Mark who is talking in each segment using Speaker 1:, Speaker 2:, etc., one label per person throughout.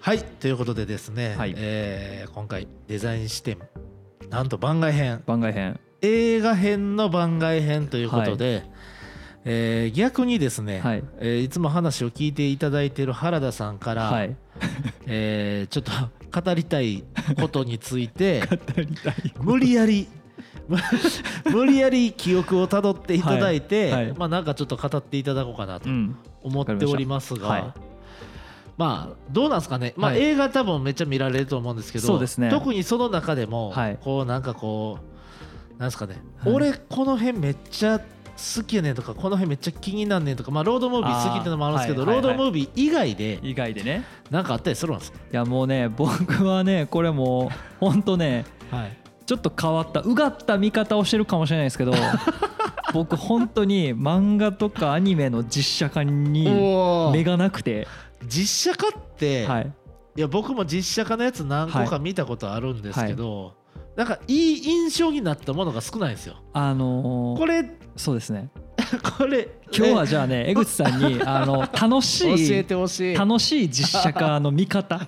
Speaker 1: はいということでですね、
Speaker 2: はい
Speaker 1: えー今回デザイン視点なんと番外編
Speaker 2: 番外編
Speaker 1: 映画編の番外編ということで、えー逆にですね、
Speaker 2: はいい
Speaker 1: えーいつも話を聞いていただいている原田さんから、
Speaker 2: はい
Speaker 1: えーちょっと語りたいことについて
Speaker 2: 語りたい
Speaker 1: 無理やり 無理やり記憶をたどっていただいて、
Speaker 2: はいはい
Speaker 1: まあ、なんかちょっと語っていただこうかなと
Speaker 2: うん
Speaker 1: 思っておりますが。
Speaker 2: わかりまし
Speaker 1: まあどうなんですかね、まあ、
Speaker 2: はい
Speaker 1: 映画多分めっちゃ見られると思うんですけど、
Speaker 2: そうですね
Speaker 1: 特にその中でも、
Speaker 2: はい
Speaker 1: こうなんかこうなんですかね、
Speaker 2: はい
Speaker 1: 俺この辺めっちゃ好きやねんとかこの辺めっちゃ気になんねんとか、まあ、ロードムービー好きってのもあるんですけど、
Speaker 2: あーはいはい
Speaker 1: ロードムービー以外で
Speaker 2: 以外でね
Speaker 1: なんかあったりするんですか、
Speaker 2: いやもうね僕はねこれもうほんとね
Speaker 1: はい、
Speaker 2: ちょっと変わったうがった見方をしてるかもしれないで すけど僕本当に漫画とかアニメの実写化に
Speaker 1: お
Speaker 2: 目
Speaker 1: ー
Speaker 2: がなくて、
Speaker 1: 実写化って、、
Speaker 2: はいい、
Speaker 1: や僕も実写化のやつ何個か見たことあるんですけど、なんかいい印象になったものが少ないんですよ。
Speaker 2: あのー
Speaker 1: これ
Speaker 2: そうですね
Speaker 1: これ
Speaker 2: 今日は
Speaker 1: ね
Speaker 2: じゃあね江口さんにあの楽
Speaker 1: 教
Speaker 2: し
Speaker 1: え
Speaker 2: い
Speaker 1: てほしい。
Speaker 2: 楽しい実写化の 見方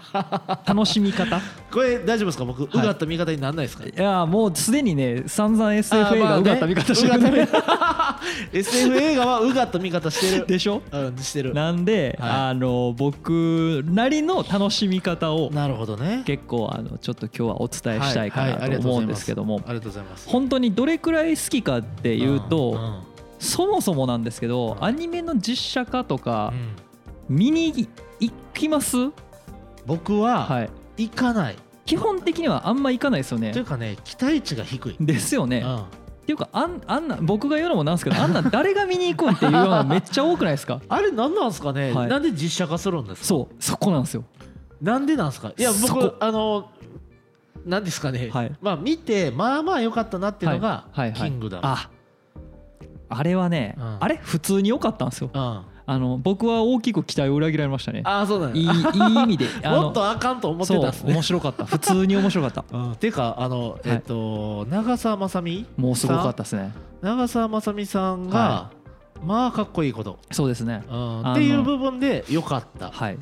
Speaker 2: 楽しみ方
Speaker 1: これ大丈夫ですか僕、うがった見方にならないですか
Speaker 2: いやもうすでにね散々 SF 映画うがった見方してる
Speaker 1: る、うがった見 SF 映画はうがった見方してる
Speaker 2: でしょ
Speaker 1: うんしてるな
Speaker 2: なんで、
Speaker 1: はい
Speaker 2: あの僕なりの楽しみ方を
Speaker 1: るほどね
Speaker 2: 結構あのちょっと今日はお伝えしたいかなと思うんですけども
Speaker 1: ありがとうございます
Speaker 2: 本当にどれくらい好きかってい
Speaker 1: う
Speaker 2: う
Speaker 1: んう
Speaker 2: と
Speaker 1: ん
Speaker 2: そもそもなんですけど
Speaker 1: うん
Speaker 2: アニメの実写化とか
Speaker 1: うん
Speaker 2: 見に行きます
Speaker 1: 僕は
Speaker 2: はい
Speaker 1: 行かない、
Speaker 2: 基本的にはあんま行かないですよね
Speaker 1: というかね期待値が低い、
Speaker 2: ですよね
Speaker 1: う
Speaker 2: っ
Speaker 1: ん
Speaker 2: ていうかあんあんな僕が言うのもなんですけどあんな誰が見に行くんっていうようなめっちゃ多くないですか
Speaker 1: あれ何なんですかね、
Speaker 2: はい
Speaker 1: なんで実写化するんですか
Speaker 2: そうそこなんですよ
Speaker 1: なんでなんですかいや
Speaker 2: そ
Speaker 1: 僕
Speaker 2: こ
Speaker 1: あのなんですかね、
Speaker 2: はい
Speaker 1: まあ見てまあまあ良かったなっていうのが、
Speaker 2: はいはいはい
Speaker 1: キングダム
Speaker 2: ああれはね
Speaker 1: うん
Speaker 2: あれ普通に良かったんですよ
Speaker 1: うん
Speaker 2: あの僕は大きく期待を裏切られましたね
Speaker 1: ああそうだ
Speaker 2: いいいい
Speaker 1: ね
Speaker 2: 意 味であの
Speaker 1: もっとあかんと思ってたんです
Speaker 2: そう
Speaker 1: ね
Speaker 2: 面白かった普通に面白かった
Speaker 1: うんてかあの、えっと長澤まさみ
Speaker 2: もうすごかったですね
Speaker 1: 長澤まさみさんが、
Speaker 2: は
Speaker 1: まあかっこいいこと、
Speaker 2: そうですね
Speaker 1: うん、
Speaker 2: の
Speaker 1: っていう部分でよかった
Speaker 2: はい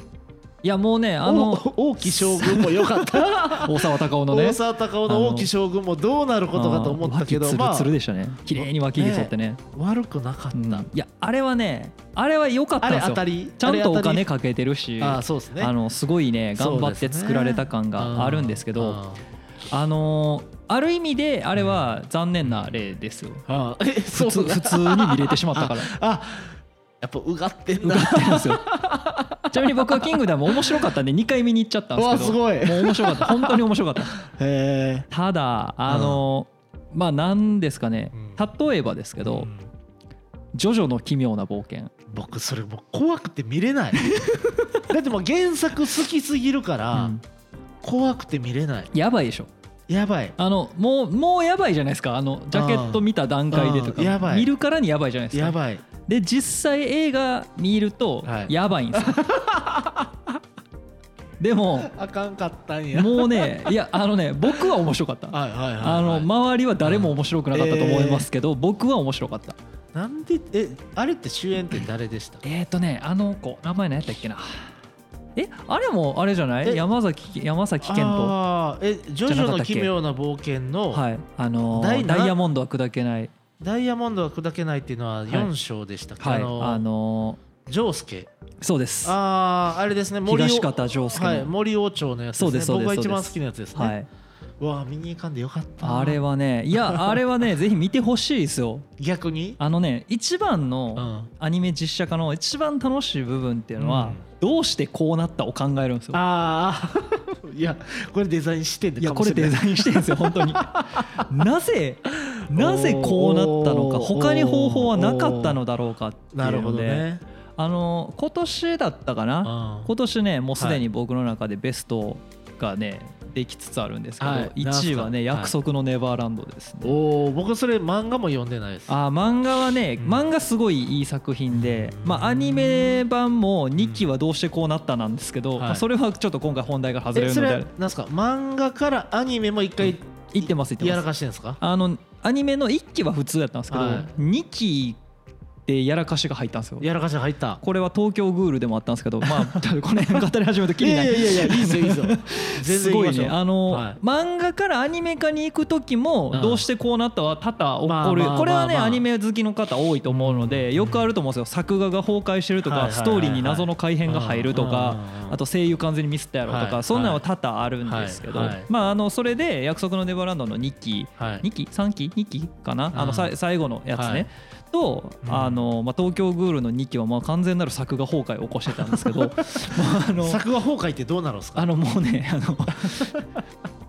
Speaker 2: いやもうねあの
Speaker 1: お王毅将軍もよ かった
Speaker 2: 大沢たかおのね
Speaker 1: 大沢たかおの王毅将軍もどうなることかと思ったけ
Speaker 2: あ
Speaker 1: ど
Speaker 2: ー
Speaker 1: ま
Speaker 2: 脇ツルツル
Speaker 1: あ
Speaker 2: でしたね綺麗に脇毛剃ってね
Speaker 1: 悪くなかった、
Speaker 2: うんいやあれはねあれは良かった
Speaker 1: あ
Speaker 2: ん
Speaker 1: れ
Speaker 2: です
Speaker 1: 当
Speaker 2: よ
Speaker 1: たり
Speaker 2: ちゃ
Speaker 1: あ
Speaker 2: んとお
Speaker 1: れ
Speaker 2: 金
Speaker 1: 当た
Speaker 2: かけてるし
Speaker 1: りあーそうですね
Speaker 2: あのすごいね頑張
Speaker 1: そ
Speaker 2: っ
Speaker 1: う
Speaker 2: て
Speaker 1: ですね
Speaker 2: 作られた感があるんですけ
Speaker 1: う
Speaker 2: ど
Speaker 1: ん
Speaker 2: あのーある意味であれは残念な例ですよ
Speaker 1: あーえそ
Speaker 2: 普通
Speaker 1: う
Speaker 2: 普通に見れてしまった から
Speaker 1: あやっぱうがってん
Speaker 2: うが
Speaker 1: な
Speaker 2: ってるんですよ ちなみに僕は「キングダム」面白かったんで2回見に行っちゃったんですけど
Speaker 1: うわすごい
Speaker 2: もう面白かった本当に面白か った
Speaker 1: へえ
Speaker 2: ただあの、まあ何ですかね
Speaker 1: う
Speaker 2: 例えばですけど「ジョジョの奇妙な冒険
Speaker 1: 僕それもう怖くて見れ ないだってもう原作好きすぎるか」ら、
Speaker 2: うん
Speaker 1: 怖くて見れない
Speaker 2: やばいでしょ
Speaker 1: やばい
Speaker 2: あのもうもうやばいじゃないですかあのジャケット見た段階でと
Speaker 1: あーやば
Speaker 2: か
Speaker 1: い
Speaker 2: 見るからにやばいじゃないです
Speaker 1: や
Speaker 2: か
Speaker 1: ばい
Speaker 2: で実際映画見ると
Speaker 1: はい
Speaker 2: やばいんですよでも
Speaker 1: あかんかったんや
Speaker 2: もうねいやあのね僕は面白かった
Speaker 1: はいはいはい、はい、
Speaker 2: あの周りは誰も面白くなかったと思いますけど、僕は面白かった
Speaker 1: なんでえあれって主演って誰で した
Speaker 2: えっ、ー、とねあの子名前何やったっけなえあれもあれじゃな
Speaker 1: え
Speaker 2: い山崎山崎賢人
Speaker 1: あーえジョジョの奇妙な冒険の、
Speaker 2: はいあのー
Speaker 1: ダイナ
Speaker 2: ダイヤモンドは砕けない
Speaker 1: ダイヤモンドは砕けないっていうのはい4章でしたっけ、
Speaker 2: はい
Speaker 1: あの
Speaker 2: あの
Speaker 1: あ
Speaker 2: ー
Speaker 1: ジョースケ
Speaker 2: そうです
Speaker 1: あああれですね森尾
Speaker 2: 東方丈介の、
Speaker 1: はい、森王朝のやつですね
Speaker 2: そうですそうです
Speaker 1: 僕が一番
Speaker 2: そうです
Speaker 1: 好きなやつですね、
Speaker 2: は
Speaker 1: はい、
Speaker 2: いう
Speaker 1: わ見に行かんでよかったな
Speaker 2: あれはねいやあれはねぜひ見てほしいですよ
Speaker 1: 逆に
Speaker 2: あのね一番
Speaker 1: う
Speaker 2: の
Speaker 1: ん
Speaker 2: アニメ実写化の一番楽しい部分っていうの
Speaker 1: う
Speaker 2: は、
Speaker 1: ん
Speaker 2: どうしてこうなったを考えるんですよ
Speaker 1: ああ いやこれデザイン視点で
Speaker 2: いや
Speaker 1: か
Speaker 2: こ
Speaker 1: も
Speaker 2: れ
Speaker 1: しれな
Speaker 2: デ
Speaker 1: い
Speaker 2: ザインしてるんですよ本 当になぜなぜこうなったの
Speaker 1: おー
Speaker 2: か他に方法はなかったのだろうかって
Speaker 1: ないる
Speaker 2: う
Speaker 1: ほ
Speaker 2: の
Speaker 1: ど
Speaker 2: で、
Speaker 1: ね
Speaker 2: あの今年だったか
Speaker 1: う
Speaker 2: な、
Speaker 1: ん
Speaker 2: 今年ねもうすで
Speaker 1: はい
Speaker 2: に僕の中でベストがねできつつあるんですけど、
Speaker 1: はい
Speaker 2: 1位はね「
Speaker 1: なん
Speaker 2: 約
Speaker 1: すか
Speaker 2: 束のネバーランド」ですね、
Speaker 1: おお僕それ漫画も読んでないです
Speaker 2: あー漫画はね
Speaker 1: うん
Speaker 2: 漫画すごいいい作品で、
Speaker 1: うん
Speaker 2: まあ、アニメ版も2期はどうしてこうなったなんですけど、
Speaker 1: はい
Speaker 2: まあ、それはちょっと今回本題が外れ
Speaker 1: え
Speaker 2: る
Speaker 1: そ
Speaker 2: の
Speaker 1: れ
Speaker 2: で
Speaker 1: はなんすか漫画からアニメも一回
Speaker 2: 言ってます言ってます
Speaker 1: やらかしてんですか
Speaker 2: あのアニメの1期は普通だったんですけど、
Speaker 1: はい
Speaker 2: 2期っってやらかしが入ったんですよ
Speaker 1: やらかし入った
Speaker 2: これは東京グールでもあったんですけどま あこの辺語り始めるとき
Speaker 1: い
Speaker 2: りな
Speaker 1: や
Speaker 2: い
Speaker 1: いやいやいやいいですよいいですよ全
Speaker 2: す
Speaker 1: 然い
Speaker 2: ご
Speaker 1: きま
Speaker 2: い
Speaker 1: しょう
Speaker 2: ねあの、
Speaker 1: はい
Speaker 2: 漫画からアニメ化に行く時も
Speaker 1: うん
Speaker 2: どうしてこうなったは多々起こる、
Speaker 1: まあまあ
Speaker 2: これはね、
Speaker 1: まあまあ
Speaker 2: アニメ好きの方多いと思うのでよくあると思うんですよ作画が崩壊してるとか、
Speaker 1: はいはいはいはい
Speaker 2: ストーリーに謎の改変が入るとか、
Speaker 1: うんうんうん
Speaker 2: あと声優完全にミスったやろとか、
Speaker 1: はい
Speaker 2: そんなのは多々あるんですけど、
Speaker 1: はいはい
Speaker 2: まああのそれで「約束のネバーランド」の2期
Speaker 1: はい
Speaker 2: 2期3期2期かな、あ
Speaker 1: うん
Speaker 2: のさい最後のやつね、
Speaker 1: はい
Speaker 2: と、
Speaker 1: うん
Speaker 2: あのまあ、東京グールの2期はまあ完全なる作画崩壊を起こしてたんで すけどもうあの
Speaker 1: 作画崩壊ってどうなるんですか
Speaker 2: あのもうねあ の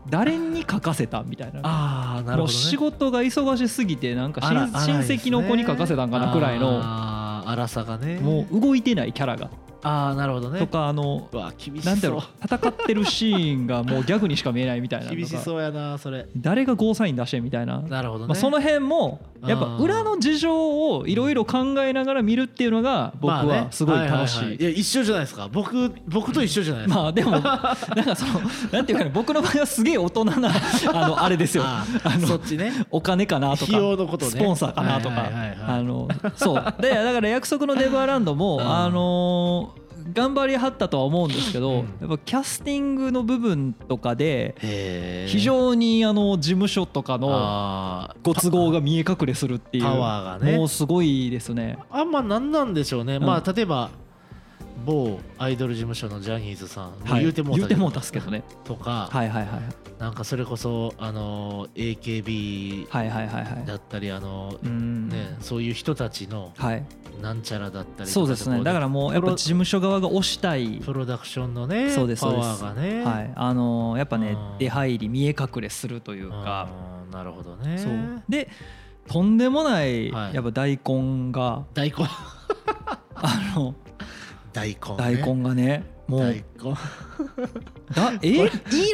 Speaker 2: 誰に書かせたみたいな
Speaker 1: ああな
Speaker 2: もう仕事が忙しすぎてなんか親親戚の子に書かせたんかなくらいの
Speaker 1: ああ荒さがね
Speaker 2: もう動いてないキャラが
Speaker 1: ああなるほどね
Speaker 2: とかあの
Speaker 1: うわ厳しそう
Speaker 2: なんだろう戦ってるシーンがもうギャグにしか見えないみたいなの
Speaker 1: 厳し
Speaker 2: が
Speaker 1: そうやなそれ
Speaker 2: 誰がゴーサイン出してみたいな
Speaker 1: なるほどね、
Speaker 2: まあ、その辺もやっ
Speaker 1: あ
Speaker 2: ぱ
Speaker 1: ー
Speaker 2: 裏の事情をいろいろ考えながら見るっていうのが僕
Speaker 1: まあね
Speaker 2: はすごい楽し
Speaker 1: ははいは。いや一緒じゃないですか僕僕と一緒じゃないですか、
Speaker 2: まあでもなんかそのなんていうかね僕の場合はすげえ大人なあのあれですよ
Speaker 1: あ
Speaker 2: あ
Speaker 1: あ
Speaker 2: の
Speaker 1: そっち ね
Speaker 2: お金かなと
Speaker 1: 費用の
Speaker 2: か
Speaker 1: ことね
Speaker 2: スポンサーかなと
Speaker 1: は
Speaker 2: か
Speaker 1: いはいはいはい
Speaker 2: あのそうでだから約束のネバーランドも
Speaker 1: うん
Speaker 2: あのー頑張りはったとは思うんですけ
Speaker 1: う
Speaker 2: ど
Speaker 1: ん
Speaker 2: やっぱキャスティングの部分とかで
Speaker 1: へー
Speaker 2: 非常にあの事務所とかの
Speaker 1: あー
Speaker 2: ご都合が見え隠れするっていう
Speaker 1: パワーがね
Speaker 2: もうすごいですね。
Speaker 1: あんまなんなんでしょうね、ま
Speaker 2: う
Speaker 1: あ例えば某アイドル事務所のジャニーズさん、
Speaker 2: はい
Speaker 1: 言うてもうた
Speaker 2: 言うてもうたっすけどね。
Speaker 1: とか、
Speaker 2: はいはいはい
Speaker 1: なんかそれこそあの AKB
Speaker 2: はいはいはいはい。
Speaker 1: だったり、あの
Speaker 2: うん
Speaker 1: ねそういう人たちの
Speaker 2: はい。
Speaker 1: なんちゃらだったりとか
Speaker 2: そうです
Speaker 1: こ
Speaker 2: ね。だからもうやっぱ事務所側が推したい。
Speaker 1: プロダクションのね
Speaker 2: そうです
Speaker 1: パ
Speaker 2: そうで
Speaker 1: ワ
Speaker 2: す
Speaker 1: ーがね、
Speaker 2: はい。あのーやっぱね
Speaker 1: うん
Speaker 2: 出入り見え隠れするというか。
Speaker 1: あーなるほどね
Speaker 2: そう。でとんでもない
Speaker 1: はい
Speaker 2: やっぱ大根が
Speaker 1: 大根
Speaker 2: あの
Speaker 1: 大根、
Speaker 2: 大根がねもう
Speaker 1: 大根
Speaker 2: だえいい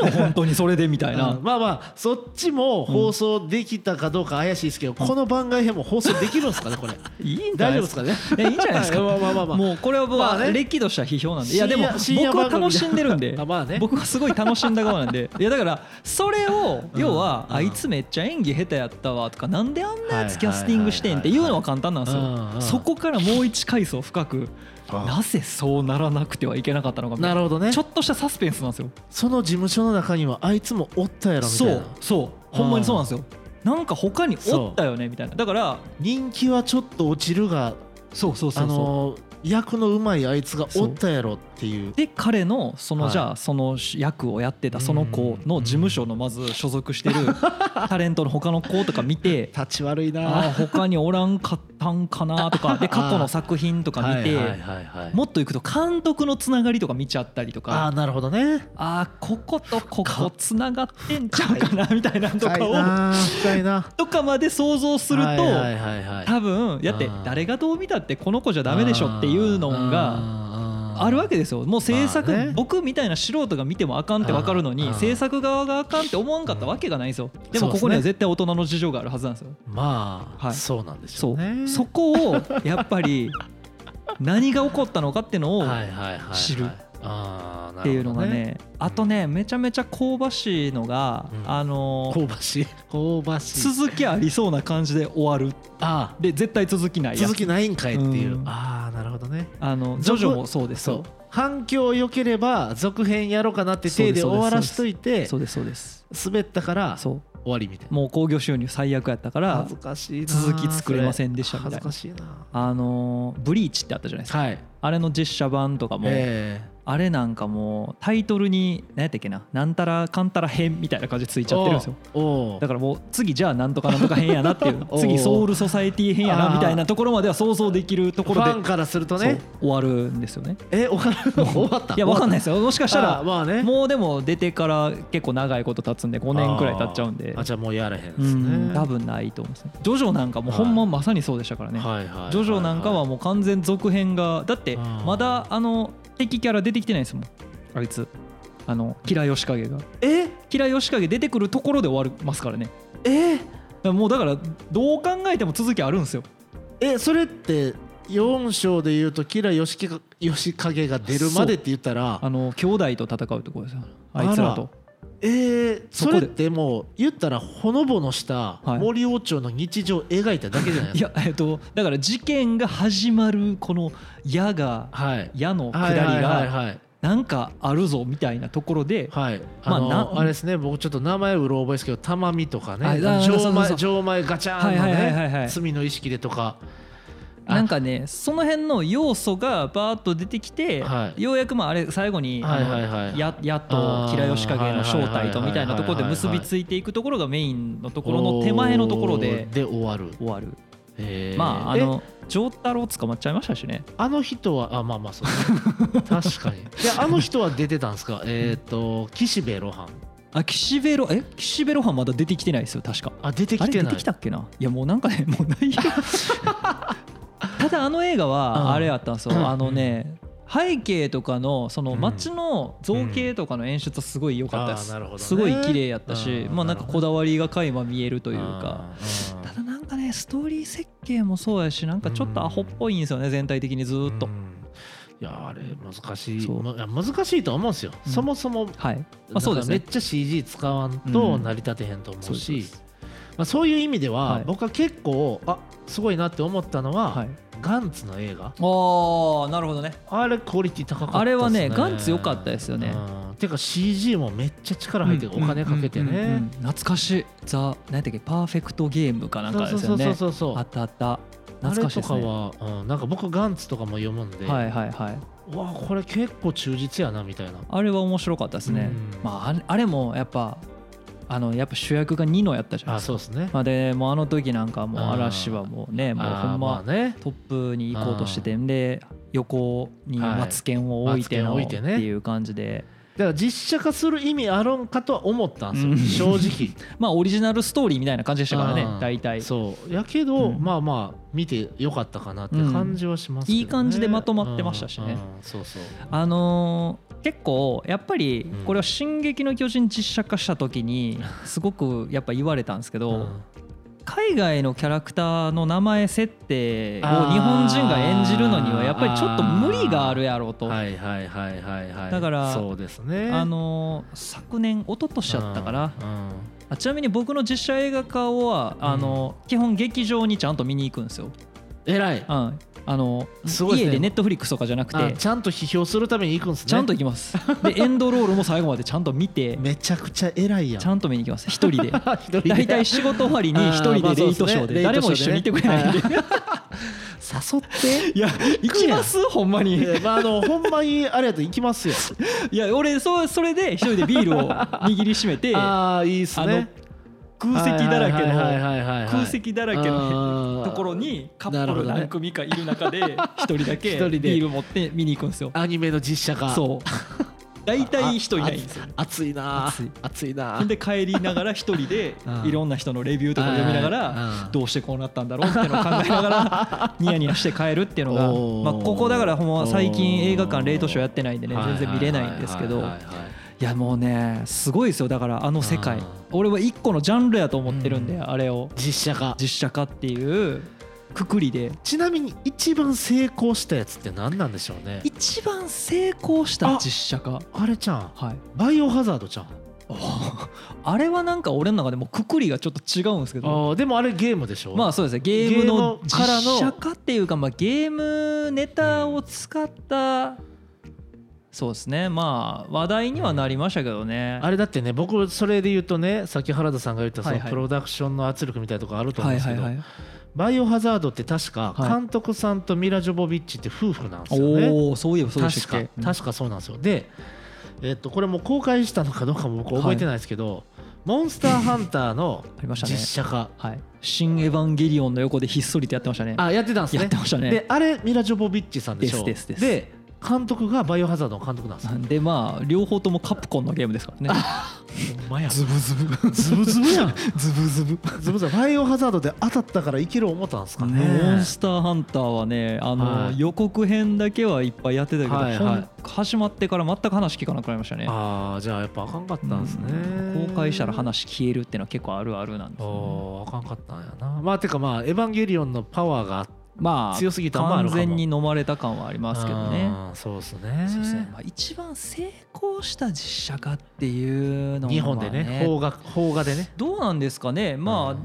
Speaker 2: の本当にそれでみたいな
Speaker 1: うん。まあまあそっちも放送できたかどうか怪しいですけど、この番外編も放送できるんですかね これ
Speaker 2: いいんじゃ
Speaker 1: 大
Speaker 2: ない
Speaker 1: 丈夫
Speaker 2: で
Speaker 1: ですす
Speaker 2: か。
Speaker 1: かね
Speaker 2: いやいいんじゃないですか
Speaker 1: まあまあまあまあ
Speaker 2: もうこれは僕
Speaker 1: まあ
Speaker 2: は
Speaker 1: ね
Speaker 2: れっきとした批評なんでいやでも
Speaker 1: 深夜
Speaker 2: 僕
Speaker 1: 深夜番
Speaker 2: は
Speaker 1: 組
Speaker 2: 楽しんでるんで
Speaker 1: あまあね
Speaker 2: 僕はすごい楽しんだ側な んでいやだからそれを
Speaker 1: うん
Speaker 2: 要は
Speaker 1: うん
Speaker 2: あいつめっちゃ演技下手やったわとかなんであんなやつ
Speaker 1: はい
Speaker 2: キャスティングしてんっていうのは簡単なんです
Speaker 1: うんう
Speaker 2: よ
Speaker 1: ん
Speaker 2: そこからもう一階層深く
Speaker 1: あ
Speaker 2: なぜそうならなくてはいけなかったのかみたい
Speaker 1: な
Speaker 2: な
Speaker 1: るほどね
Speaker 2: ちょっとしたサスペンスなんですよ
Speaker 1: その事務所の中にはあいつもおったやろみた
Speaker 2: そ
Speaker 1: いな
Speaker 2: うそうほんまにそうなんですよなんか他におったよねみたいなだから
Speaker 1: 人気はちょっと落ちるが
Speaker 2: そうそうそう
Speaker 1: あ
Speaker 2: そう
Speaker 1: の役のうまいあいつがおったやろっていう
Speaker 2: で彼のその
Speaker 1: はい
Speaker 2: じゃあその役をやってたその子の事務所のまず所属 してるタレントの他の子とか見て
Speaker 1: 立ち悪い
Speaker 2: ああ
Speaker 1: な
Speaker 2: 他におらんかったんかなとかで過去の作品とか見て
Speaker 1: はいはいはいはい
Speaker 2: もっといくと監督のつながりとか見ちゃったりと
Speaker 1: ああ
Speaker 2: か
Speaker 1: なるほどね
Speaker 2: ああこことここつながってんちゃうかなみたいなのと
Speaker 1: 深い
Speaker 2: かを
Speaker 1: な深いな
Speaker 2: とかまで想像する
Speaker 1: はいはい
Speaker 2: と
Speaker 1: はいはい
Speaker 2: 多分やっ
Speaker 1: あ
Speaker 2: て
Speaker 1: ー
Speaker 2: 誰がどう見たってこの子じゃダメでしょっていうのが。
Speaker 1: が
Speaker 2: あるわけですよもう制作、
Speaker 1: まあね
Speaker 2: 僕みたいな素人が見てもあかんって分かるの
Speaker 1: う
Speaker 2: に
Speaker 1: ん
Speaker 2: 制作側があかんって思わんかったわけがないんですよで
Speaker 1: そう
Speaker 2: もこ
Speaker 1: ですね
Speaker 2: こには絶対大人の事情があるはずなんですよ
Speaker 1: まあ、
Speaker 2: はい
Speaker 1: そうなんでし
Speaker 2: そ
Speaker 1: ょ
Speaker 2: う
Speaker 1: うね
Speaker 2: そこをやっぱ り何が起こったのかっていうのを
Speaker 1: はいはいはい
Speaker 2: 知る
Speaker 1: あー
Speaker 2: っていうのが
Speaker 1: なる
Speaker 2: ねあとねめちゃめちゃ香ばしいのが
Speaker 1: うん
Speaker 2: あの
Speaker 1: ほどね香ばしい香ばしい
Speaker 2: 続きありそうな感じで終わる
Speaker 1: あ
Speaker 2: で絶対続きな
Speaker 1: あ
Speaker 2: いやつ
Speaker 1: 続きないんかいっていう、
Speaker 2: うん
Speaker 1: ああなるほどね
Speaker 2: あのジョジョもそうです
Speaker 1: そう
Speaker 2: よ
Speaker 1: 反響良ければ続編やろうかなって手で
Speaker 2: そうですそうです
Speaker 1: 終わらしといて
Speaker 2: そうですそうです
Speaker 1: 滑ったから終
Speaker 2: そ
Speaker 1: わりみたいう
Speaker 2: もう興行収入最悪やったから
Speaker 1: な恥ずかしいな
Speaker 2: 続き作れませんでしたみた
Speaker 1: そ
Speaker 2: い
Speaker 1: れ
Speaker 2: な
Speaker 1: 恥ずかしいな
Speaker 2: あのーブリーチってあったじゃないですか
Speaker 1: はい
Speaker 2: あれの実写版とかも、
Speaker 1: ええ
Speaker 2: あれなんかもうタイトルに何やったっけななんたらかんたら編みたいな感じでついちゃってるんですよ
Speaker 1: おお
Speaker 2: だからもう次じゃあなんとかなんとか編やなっていう
Speaker 1: おう
Speaker 2: 次ソウルソサエティ編やな
Speaker 1: あー
Speaker 2: みたいなところまでは想像できるとこ
Speaker 1: フ
Speaker 2: ろで
Speaker 1: ァンからすると
Speaker 2: そう
Speaker 1: ね
Speaker 2: 終わるんですよね
Speaker 1: えおか終わった
Speaker 2: いやわかんないいですよもしかしたら
Speaker 1: まあね
Speaker 2: もうでも出てから結構長いこと経つんで5年くらい経っちゃうんで
Speaker 1: あーあじゃあもうやらへん
Speaker 2: う
Speaker 1: です
Speaker 2: ん
Speaker 1: ね
Speaker 2: 多分ないと思うんですねジョジョなんかもうほんままさにそうでしたからね
Speaker 1: はいはい
Speaker 2: ジョジョなんかはもう完全続編がだって
Speaker 1: うん
Speaker 2: まだあの敵キャラ出てきてないですもんあいつあのキラヨシカゲが
Speaker 1: え
Speaker 2: キラヨシカゲ出てくるところで終わりますからね
Speaker 1: え
Speaker 2: だからもうだからどう考えても続きあるんですよ
Speaker 1: えそれって4章で言うとキラヨシキヨシカゲが出るまでって言ったら
Speaker 2: あの兄弟と戦うところですよあいつらと
Speaker 1: えー、
Speaker 2: そ
Speaker 1: そ
Speaker 2: こで
Speaker 1: れってもう言ったらほのぼのした
Speaker 2: はい
Speaker 1: 森王朝の日常を描いただけじゃない
Speaker 2: い
Speaker 1: ですか。
Speaker 2: やえっとだから事件が始まるこの矢が
Speaker 1: はい。
Speaker 2: 矢の下
Speaker 1: はい
Speaker 2: り
Speaker 1: はい
Speaker 2: が
Speaker 1: はいはい。
Speaker 2: なんかあるぞみたいなところで
Speaker 1: はい、
Speaker 2: まあ
Speaker 1: あの、
Speaker 2: な
Speaker 1: あ、れですね僕ちょっと名前うろ覚えですけど玉見とかね
Speaker 2: あ
Speaker 1: あの
Speaker 2: そ
Speaker 1: 錠
Speaker 2: うそうそうそ
Speaker 1: 前
Speaker 2: う
Speaker 1: 錠前ガチャンの
Speaker 2: は
Speaker 1: ね、
Speaker 2: いはいはいはいはい
Speaker 1: 罪の意識でとかあ
Speaker 2: なんかねその辺の要素がバーッと出てきて、
Speaker 1: はい
Speaker 2: ようやくまああれ最後にあ
Speaker 1: はい
Speaker 2: の
Speaker 1: はいはい
Speaker 2: ややっと
Speaker 1: あー
Speaker 2: 吉良義景の正体とみたいなところで結びついていくところがメインのところの手前のところで
Speaker 1: おーで終わる、
Speaker 2: 終わる、
Speaker 1: えー
Speaker 2: まああ
Speaker 1: え
Speaker 2: の丈太郎捕まっちゃいましたしね
Speaker 1: あの人はあまあまあそう 確かにであの人は出てたんですかえっ、と岸辺露伴
Speaker 2: あ岸辺露え岸辺露伴まだ出てきてないですよ確か
Speaker 1: あ出て
Speaker 2: あ
Speaker 1: き
Speaker 2: れ
Speaker 1: て
Speaker 2: 出
Speaker 1: ない
Speaker 2: てきたっけないやもうなんかねも うないよただあの映画
Speaker 1: うん
Speaker 2: はあれやったんですよ、
Speaker 1: うん
Speaker 2: あのね背景とかのその
Speaker 1: うん
Speaker 2: 街の造形とかの演出はすごい良かったです、
Speaker 1: あーなるほどね
Speaker 2: すごい綺麗やったし
Speaker 1: あー
Speaker 2: まあなんか
Speaker 1: なるほどね
Speaker 2: こだわりが垣間見えるというか
Speaker 1: あーうん
Speaker 2: ただなんかねストーリー設計もそうやしなんかちょっとアホっぽいんですよね全体的にずーっと、
Speaker 1: うんいやあれ難しい
Speaker 2: そう
Speaker 1: むいや難しいとは思うんですよ、
Speaker 2: うん
Speaker 1: そもそも、ま
Speaker 2: はい、まあ、そうです
Speaker 1: めっ
Speaker 2: ね
Speaker 1: ちゃ CG 使わんと
Speaker 2: うん
Speaker 1: 成り立てへんと思
Speaker 2: そうう
Speaker 1: し、
Speaker 2: です
Speaker 1: まあ、そういう意味では、
Speaker 2: はい
Speaker 1: 僕は結構あすごいなって思ったのは、
Speaker 2: はい
Speaker 1: ガンツの映画
Speaker 2: ああなるほどね
Speaker 1: あれクオリティ高かったっす、
Speaker 2: あれはねガンツ良かったですよね
Speaker 1: うんてか CG もめっちゃ力入ってる、お金かけてね、
Speaker 2: うんうんうんうん懐かしいザ何やったっけパーフェクトゲームかなんかですよね
Speaker 1: そうそうそうそう
Speaker 2: あ
Speaker 1: そ
Speaker 2: っ
Speaker 1: う
Speaker 2: たあった
Speaker 1: あ
Speaker 2: 懐
Speaker 1: れ
Speaker 2: かしい
Speaker 1: と
Speaker 2: です
Speaker 1: か
Speaker 2: ね
Speaker 1: は、うん、なんか僕ガンツとかも読むんで、
Speaker 2: はいはいはい
Speaker 1: わあこれ結構忠実やなみたいな
Speaker 2: あれは面白かったですね
Speaker 1: うん
Speaker 2: まああれあれもやっぱあのやっぱ主役がニノやったじゃない
Speaker 1: あ
Speaker 2: ですか
Speaker 1: そうですね
Speaker 2: まあでもうあの時なんかもう嵐はもうねもう
Speaker 1: あー
Speaker 2: ほんま
Speaker 1: あね
Speaker 2: トップに行こうとしててで横に
Speaker 1: はい
Speaker 2: マツケンを置いて
Speaker 1: マツケンを
Speaker 2: の
Speaker 1: 置
Speaker 2: っ
Speaker 1: い
Speaker 2: て
Speaker 1: てね
Speaker 2: いう感じで
Speaker 1: だから実写化する意味あるんかとは思ったんですよ、
Speaker 2: うん
Speaker 1: 正
Speaker 2: まあオリジナルストーリーみたいな感じでしたからね
Speaker 1: うん
Speaker 2: 大体
Speaker 1: 直そうやけど、
Speaker 2: うん
Speaker 1: まあまあ見てよかったかなって感じはしますけど、ね
Speaker 2: うんいい感じでまとまってましたしね
Speaker 1: うんうんそうそう
Speaker 2: あのー結構やっぱり
Speaker 1: うん
Speaker 2: これは「進撃の巨人」実写化した時 にすごくやっぱ言われたんですけど、海外のキャラクターの名前設定を
Speaker 1: あー
Speaker 2: 日本人が演じるのにはやっぱりちょっと無理があるやろう
Speaker 1: うん
Speaker 2: と。
Speaker 1: はいはいはいはいはい
Speaker 2: だから
Speaker 1: そうですね
Speaker 2: あのー昨年一昨年だったかな、
Speaker 1: うんうん
Speaker 2: あちなみに僕の実写映画化はあのー基本劇場にちゃんと見に行くんですよ、うん、
Speaker 1: 偉い
Speaker 2: あのー
Speaker 1: すごいです
Speaker 2: 家
Speaker 1: ね
Speaker 2: でネットフリックスとかじゃなく
Speaker 1: あ
Speaker 2: て
Speaker 1: ちゃんと批評するために行くんですね
Speaker 2: ちゃんと行きますでエンドロールも最後までちゃんと見て
Speaker 1: めちゃくちゃ偉いやん
Speaker 2: ちゃんと見に行きます一 人で
Speaker 1: あ一人で
Speaker 2: 大体仕事終わりに一人でレイトショーで
Speaker 1: あーまあ
Speaker 2: 誰
Speaker 1: そ
Speaker 2: も
Speaker 1: うす
Speaker 2: 一緒に
Speaker 1: ね
Speaker 2: 行ってくれないんで
Speaker 1: レイトショーで ね誘って
Speaker 2: いや行
Speaker 1: くやん
Speaker 2: きますほんまに
Speaker 1: いやまああのほんまにあれやと行きますよ。
Speaker 2: いや俺そうそれで一人でビールを握りしめてあ
Speaker 1: ああいいっす
Speaker 2: の
Speaker 1: ね。
Speaker 2: 空席だらけの
Speaker 1: の
Speaker 2: 空席だらけの
Speaker 1: あー
Speaker 2: ところにカ
Speaker 1: なる
Speaker 2: ップ
Speaker 1: ほ
Speaker 2: ル
Speaker 1: どね
Speaker 2: 何組かいる中で一人だ
Speaker 1: 一
Speaker 2: け
Speaker 1: 人で
Speaker 2: ビール持って見に行くんですよ
Speaker 1: アニメの実写化。う。
Speaker 2: そう大体人いないんですよ
Speaker 1: 暑いな
Speaker 2: 暑い。
Speaker 1: 暑いな
Speaker 2: ほん。で帰りながら一人で
Speaker 1: うん
Speaker 2: いろんな人のレビューとか読みながら
Speaker 1: うん
Speaker 2: どうしてこうなったんだろうっていうのを考えなが らニヤニヤして帰るっていうのが、
Speaker 1: おー
Speaker 2: まあ、ここだからほんま最近
Speaker 1: おー
Speaker 2: 映画館レイトショーやってないんでね
Speaker 1: はい
Speaker 2: 全然見れないんですけど
Speaker 1: はいはいはいはい
Speaker 2: いやもうねすごいですよだからあの世界
Speaker 1: うん
Speaker 2: 俺は一個のジャンルやと思ってるんで
Speaker 1: うん
Speaker 2: あれを
Speaker 1: 実写化。
Speaker 2: 実写化っていうくくりで
Speaker 1: ちなみに一番成功したやつって何なんでしょうね。
Speaker 2: 一番成功した実写化
Speaker 1: あれちゃん。
Speaker 2: はい
Speaker 1: バイオハザードちゃん。
Speaker 2: おーあれはなんか俺の中でもくくりがちょっと違うんですけど
Speaker 1: ああでもあれゲームでしょ。
Speaker 2: まあそうですねゲームの
Speaker 1: ゲームからの
Speaker 2: 実写化っていうか、まあ、ゲームネタを使ったそうですねまあ話題にはなりましたけどね、
Speaker 1: あれだってね僕それで言うとねさっき原田さんが言ったそ
Speaker 2: はい
Speaker 1: の
Speaker 2: はい
Speaker 1: プロダクションの圧力みたいなとこあると思
Speaker 2: は
Speaker 1: うん
Speaker 2: い
Speaker 1: です
Speaker 2: は
Speaker 1: け
Speaker 2: い
Speaker 1: ど
Speaker 2: はい
Speaker 1: バイオハザードって確か
Speaker 2: はい
Speaker 1: 監督さんとミラ・ジョボビッチって夫婦なんですよね。
Speaker 2: おおそういえばそうでし
Speaker 1: 確
Speaker 2: たっ
Speaker 1: か
Speaker 2: け
Speaker 1: 確かそうなんですよ。で、えっとこれもう公開したのかどうかも僕覚えてないですけど、モンスターハンターの
Speaker 2: ありましたね
Speaker 1: 実写化、
Speaker 2: はい「新エヴァンゲリオン」の横でひっそりとやってましたね
Speaker 1: あやってたんです
Speaker 2: やっ
Speaker 1: ね
Speaker 2: て。ましたね
Speaker 1: であれミラ・ジョボビッチさんでしょ。
Speaker 2: ですですです
Speaker 1: 監督がバイオハザードの監督なんですよ。
Speaker 2: でまあ両方ともカプコンのゲームですからね
Speaker 1: ほんまや
Speaker 2: ズブズブ
Speaker 1: ズブズブやん。
Speaker 2: ズブズブ
Speaker 1: ズブズブバイオハザードで当たったからいける思ったんですかね。
Speaker 2: モンスターハンターはねあの、
Speaker 1: はい
Speaker 2: 予告編だけはいっぱいやってたけど、
Speaker 1: はいはい
Speaker 2: ほん始まってから全く話聞かなくなりましたね
Speaker 1: ああじゃあやっぱあかんかったんですね、
Speaker 2: 公開したら話消えるってのは結構あるあるなんですよね
Speaker 1: おーあかんかったんやなまあてかまあ「エヴァンゲリオン」のパワーがあっ
Speaker 2: まあ
Speaker 1: 強すぎたんもある
Speaker 2: 完
Speaker 1: かも
Speaker 2: 全に飲まれた感はありますけどね。
Speaker 1: あーそうですね
Speaker 2: そうですねまあ、一番成功した実写化っていうのは、ね、
Speaker 1: 日本でね邦画邦画でね
Speaker 2: どうなんですかねまあ、
Speaker 1: うん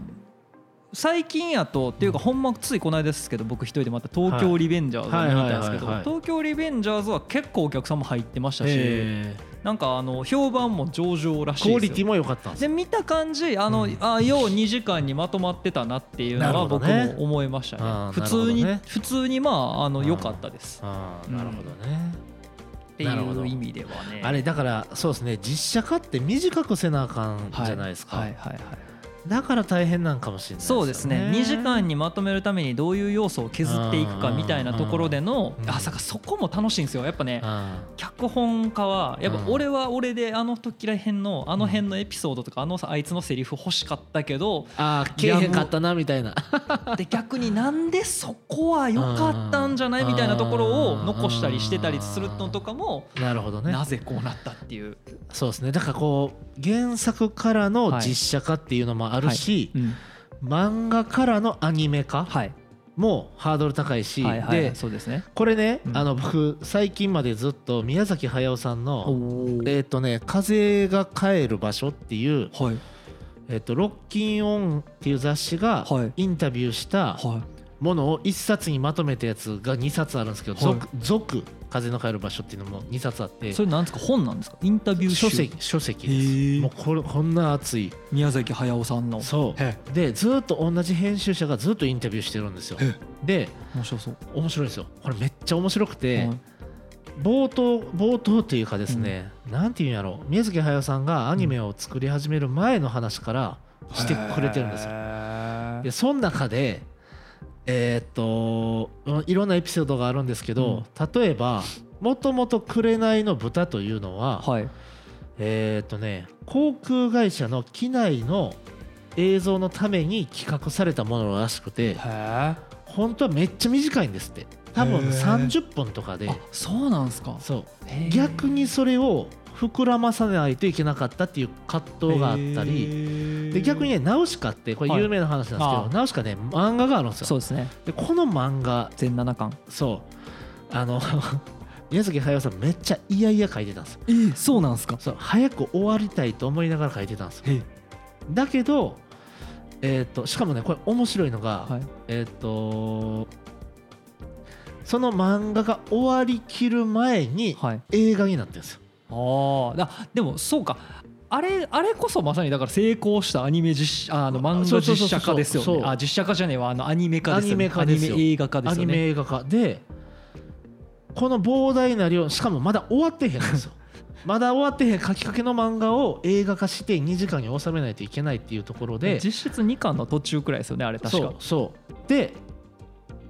Speaker 2: 最近やとっていうか
Speaker 1: うん
Speaker 2: ほんまついこの間ですけど僕一人でまた「東京リベンジャーズ」を見に行ったんですけど
Speaker 1: はいはいはいはい
Speaker 2: 「東京リベンジャーズ」は結構お客さんも入ってましたし
Speaker 1: え
Speaker 2: なんかあの評判も上々ら
Speaker 1: ー
Speaker 2: し
Speaker 1: クオ
Speaker 2: い
Speaker 1: リ
Speaker 2: です
Speaker 1: ティ
Speaker 2: よ
Speaker 1: も良かったんです
Speaker 2: で見た感じあの、
Speaker 1: うん
Speaker 2: あよう2時間にまとまってたなっていうの
Speaker 1: なる
Speaker 2: は
Speaker 1: ほど
Speaker 2: 僕
Speaker 1: ね
Speaker 2: も思いましたね
Speaker 1: あー
Speaker 2: 普通に、
Speaker 1: なるほどね
Speaker 2: 普通にまああの
Speaker 1: うん
Speaker 2: 良かったです
Speaker 1: あーなるほどね、
Speaker 2: ってい
Speaker 1: なるほど
Speaker 2: う意味ではね
Speaker 1: あれだからそうですね実写化って短くせなあかんじゃないですか、
Speaker 2: はいはいはいはい
Speaker 1: だから大変なんかもしれない
Speaker 2: そうですね2時間にまとめるためにどういう要素を削っていくかみたいなところでの
Speaker 1: うん
Speaker 2: あさかそこも楽しいんですよやっぱね
Speaker 1: あ
Speaker 2: 脚本家はやっぱ
Speaker 1: うん
Speaker 2: 俺は俺であの時らへんのあの辺のエピソードとかあのあいつのセリフ欲しかったけど
Speaker 1: あーけえへんかったなみたいな
Speaker 2: で逆になんでそこは良かったんじゃないみたいなところを残したりしてたりするのとかも
Speaker 1: なるほどね
Speaker 2: なぜこうなったっていう。
Speaker 1: そうですねだからこう原作からの実写化っていうのもあるし、
Speaker 2: うん
Speaker 1: 漫画からのアニメ化
Speaker 2: はい
Speaker 1: もハードル高いし、
Speaker 2: はいはい
Speaker 1: で
Speaker 2: そうですね。
Speaker 1: これね、
Speaker 2: うん
Speaker 1: あの僕最近までずっと宮崎駿さんの「えっ、とね風が帰る場所」っていう、
Speaker 2: はい
Speaker 1: えー、とロッキンオンっていう雑誌が
Speaker 2: はい
Speaker 1: インタビューした
Speaker 2: はい
Speaker 1: ものを1冊にまとめたやつが2冊あるんですけど「
Speaker 2: はい
Speaker 1: 続続風の帰る場所」っていうのも2冊あって
Speaker 2: それなんですか本なんですかインタビュー集
Speaker 1: 書籍書籍
Speaker 2: へ
Speaker 1: で
Speaker 2: ー
Speaker 1: すもうこれこんな熱い
Speaker 2: 宮崎駿さんの
Speaker 1: そ
Speaker 2: へ
Speaker 1: うでずっと同じ編集者がずっとインタビューしてるんですよ
Speaker 2: え
Speaker 1: で
Speaker 2: 面白そう、
Speaker 1: 面白いんですよこれめっちゃ面白く
Speaker 2: は
Speaker 1: て
Speaker 2: い
Speaker 1: 冒頭冒頭というかですねなんていうんやろう宮崎駿さんがアニメを作り始める前の話からしてくれてるんですよ
Speaker 2: へ
Speaker 1: でその中でえーっとうんいろんなエピソードがあるんですけど例えばもともと「紅の豚」というのは
Speaker 2: ーはい
Speaker 1: えーっとね航空会社の機内の映像のために企画されたものらしくて
Speaker 2: あ
Speaker 1: 本当はめっちゃ短いんですって多分
Speaker 2: へー
Speaker 1: 30分とかで
Speaker 2: そうなんですか
Speaker 1: そう
Speaker 2: へー
Speaker 1: 逆にそれを膨らまさないといけなかったっていう葛藤があった
Speaker 2: へ
Speaker 1: り
Speaker 2: ー
Speaker 1: で逆にねナウシカってこれ
Speaker 2: はい
Speaker 1: 有名な話なんですけど、
Speaker 2: ああ
Speaker 1: ナウシカね漫画があるんですよ
Speaker 2: そうですね
Speaker 1: でこの漫画
Speaker 2: 全7巻
Speaker 1: そうあの 宮崎駿さんめっちゃ嫌々書いてたんですよ
Speaker 2: えー、そうなんですか
Speaker 1: そう早く終わりたいと思いながら書いてたんですよ
Speaker 2: へ
Speaker 1: だけど、えー、としかもねこれ面白いのが、
Speaker 2: はい
Speaker 1: えっ、とその漫画が終わりきる前に
Speaker 2: はい
Speaker 1: 映画になってるんですよ。
Speaker 2: あーだでもそうかあれあれこそまさにだから成功したアニメ実写あの漫
Speaker 1: そ
Speaker 2: 画
Speaker 1: うそうそ
Speaker 2: 実
Speaker 1: うそう
Speaker 2: 写化ですよ
Speaker 1: そう
Speaker 2: ねあ実写化じゃねえわあのアニメ化ですよね
Speaker 1: アニメ化ですよ
Speaker 2: アニメ映画化で
Speaker 1: ア
Speaker 2: す
Speaker 1: ニ
Speaker 2: よ
Speaker 1: メ
Speaker 2: ね
Speaker 1: 映画化でこの膨大な量しかもまだ終わってへんんです よまだ終わってへん書きかけの漫画を映画化して2時間に収めないといけないっていうところで
Speaker 2: 実質2巻の途中くらいですよねあれ確
Speaker 1: そ
Speaker 2: か
Speaker 1: うそうで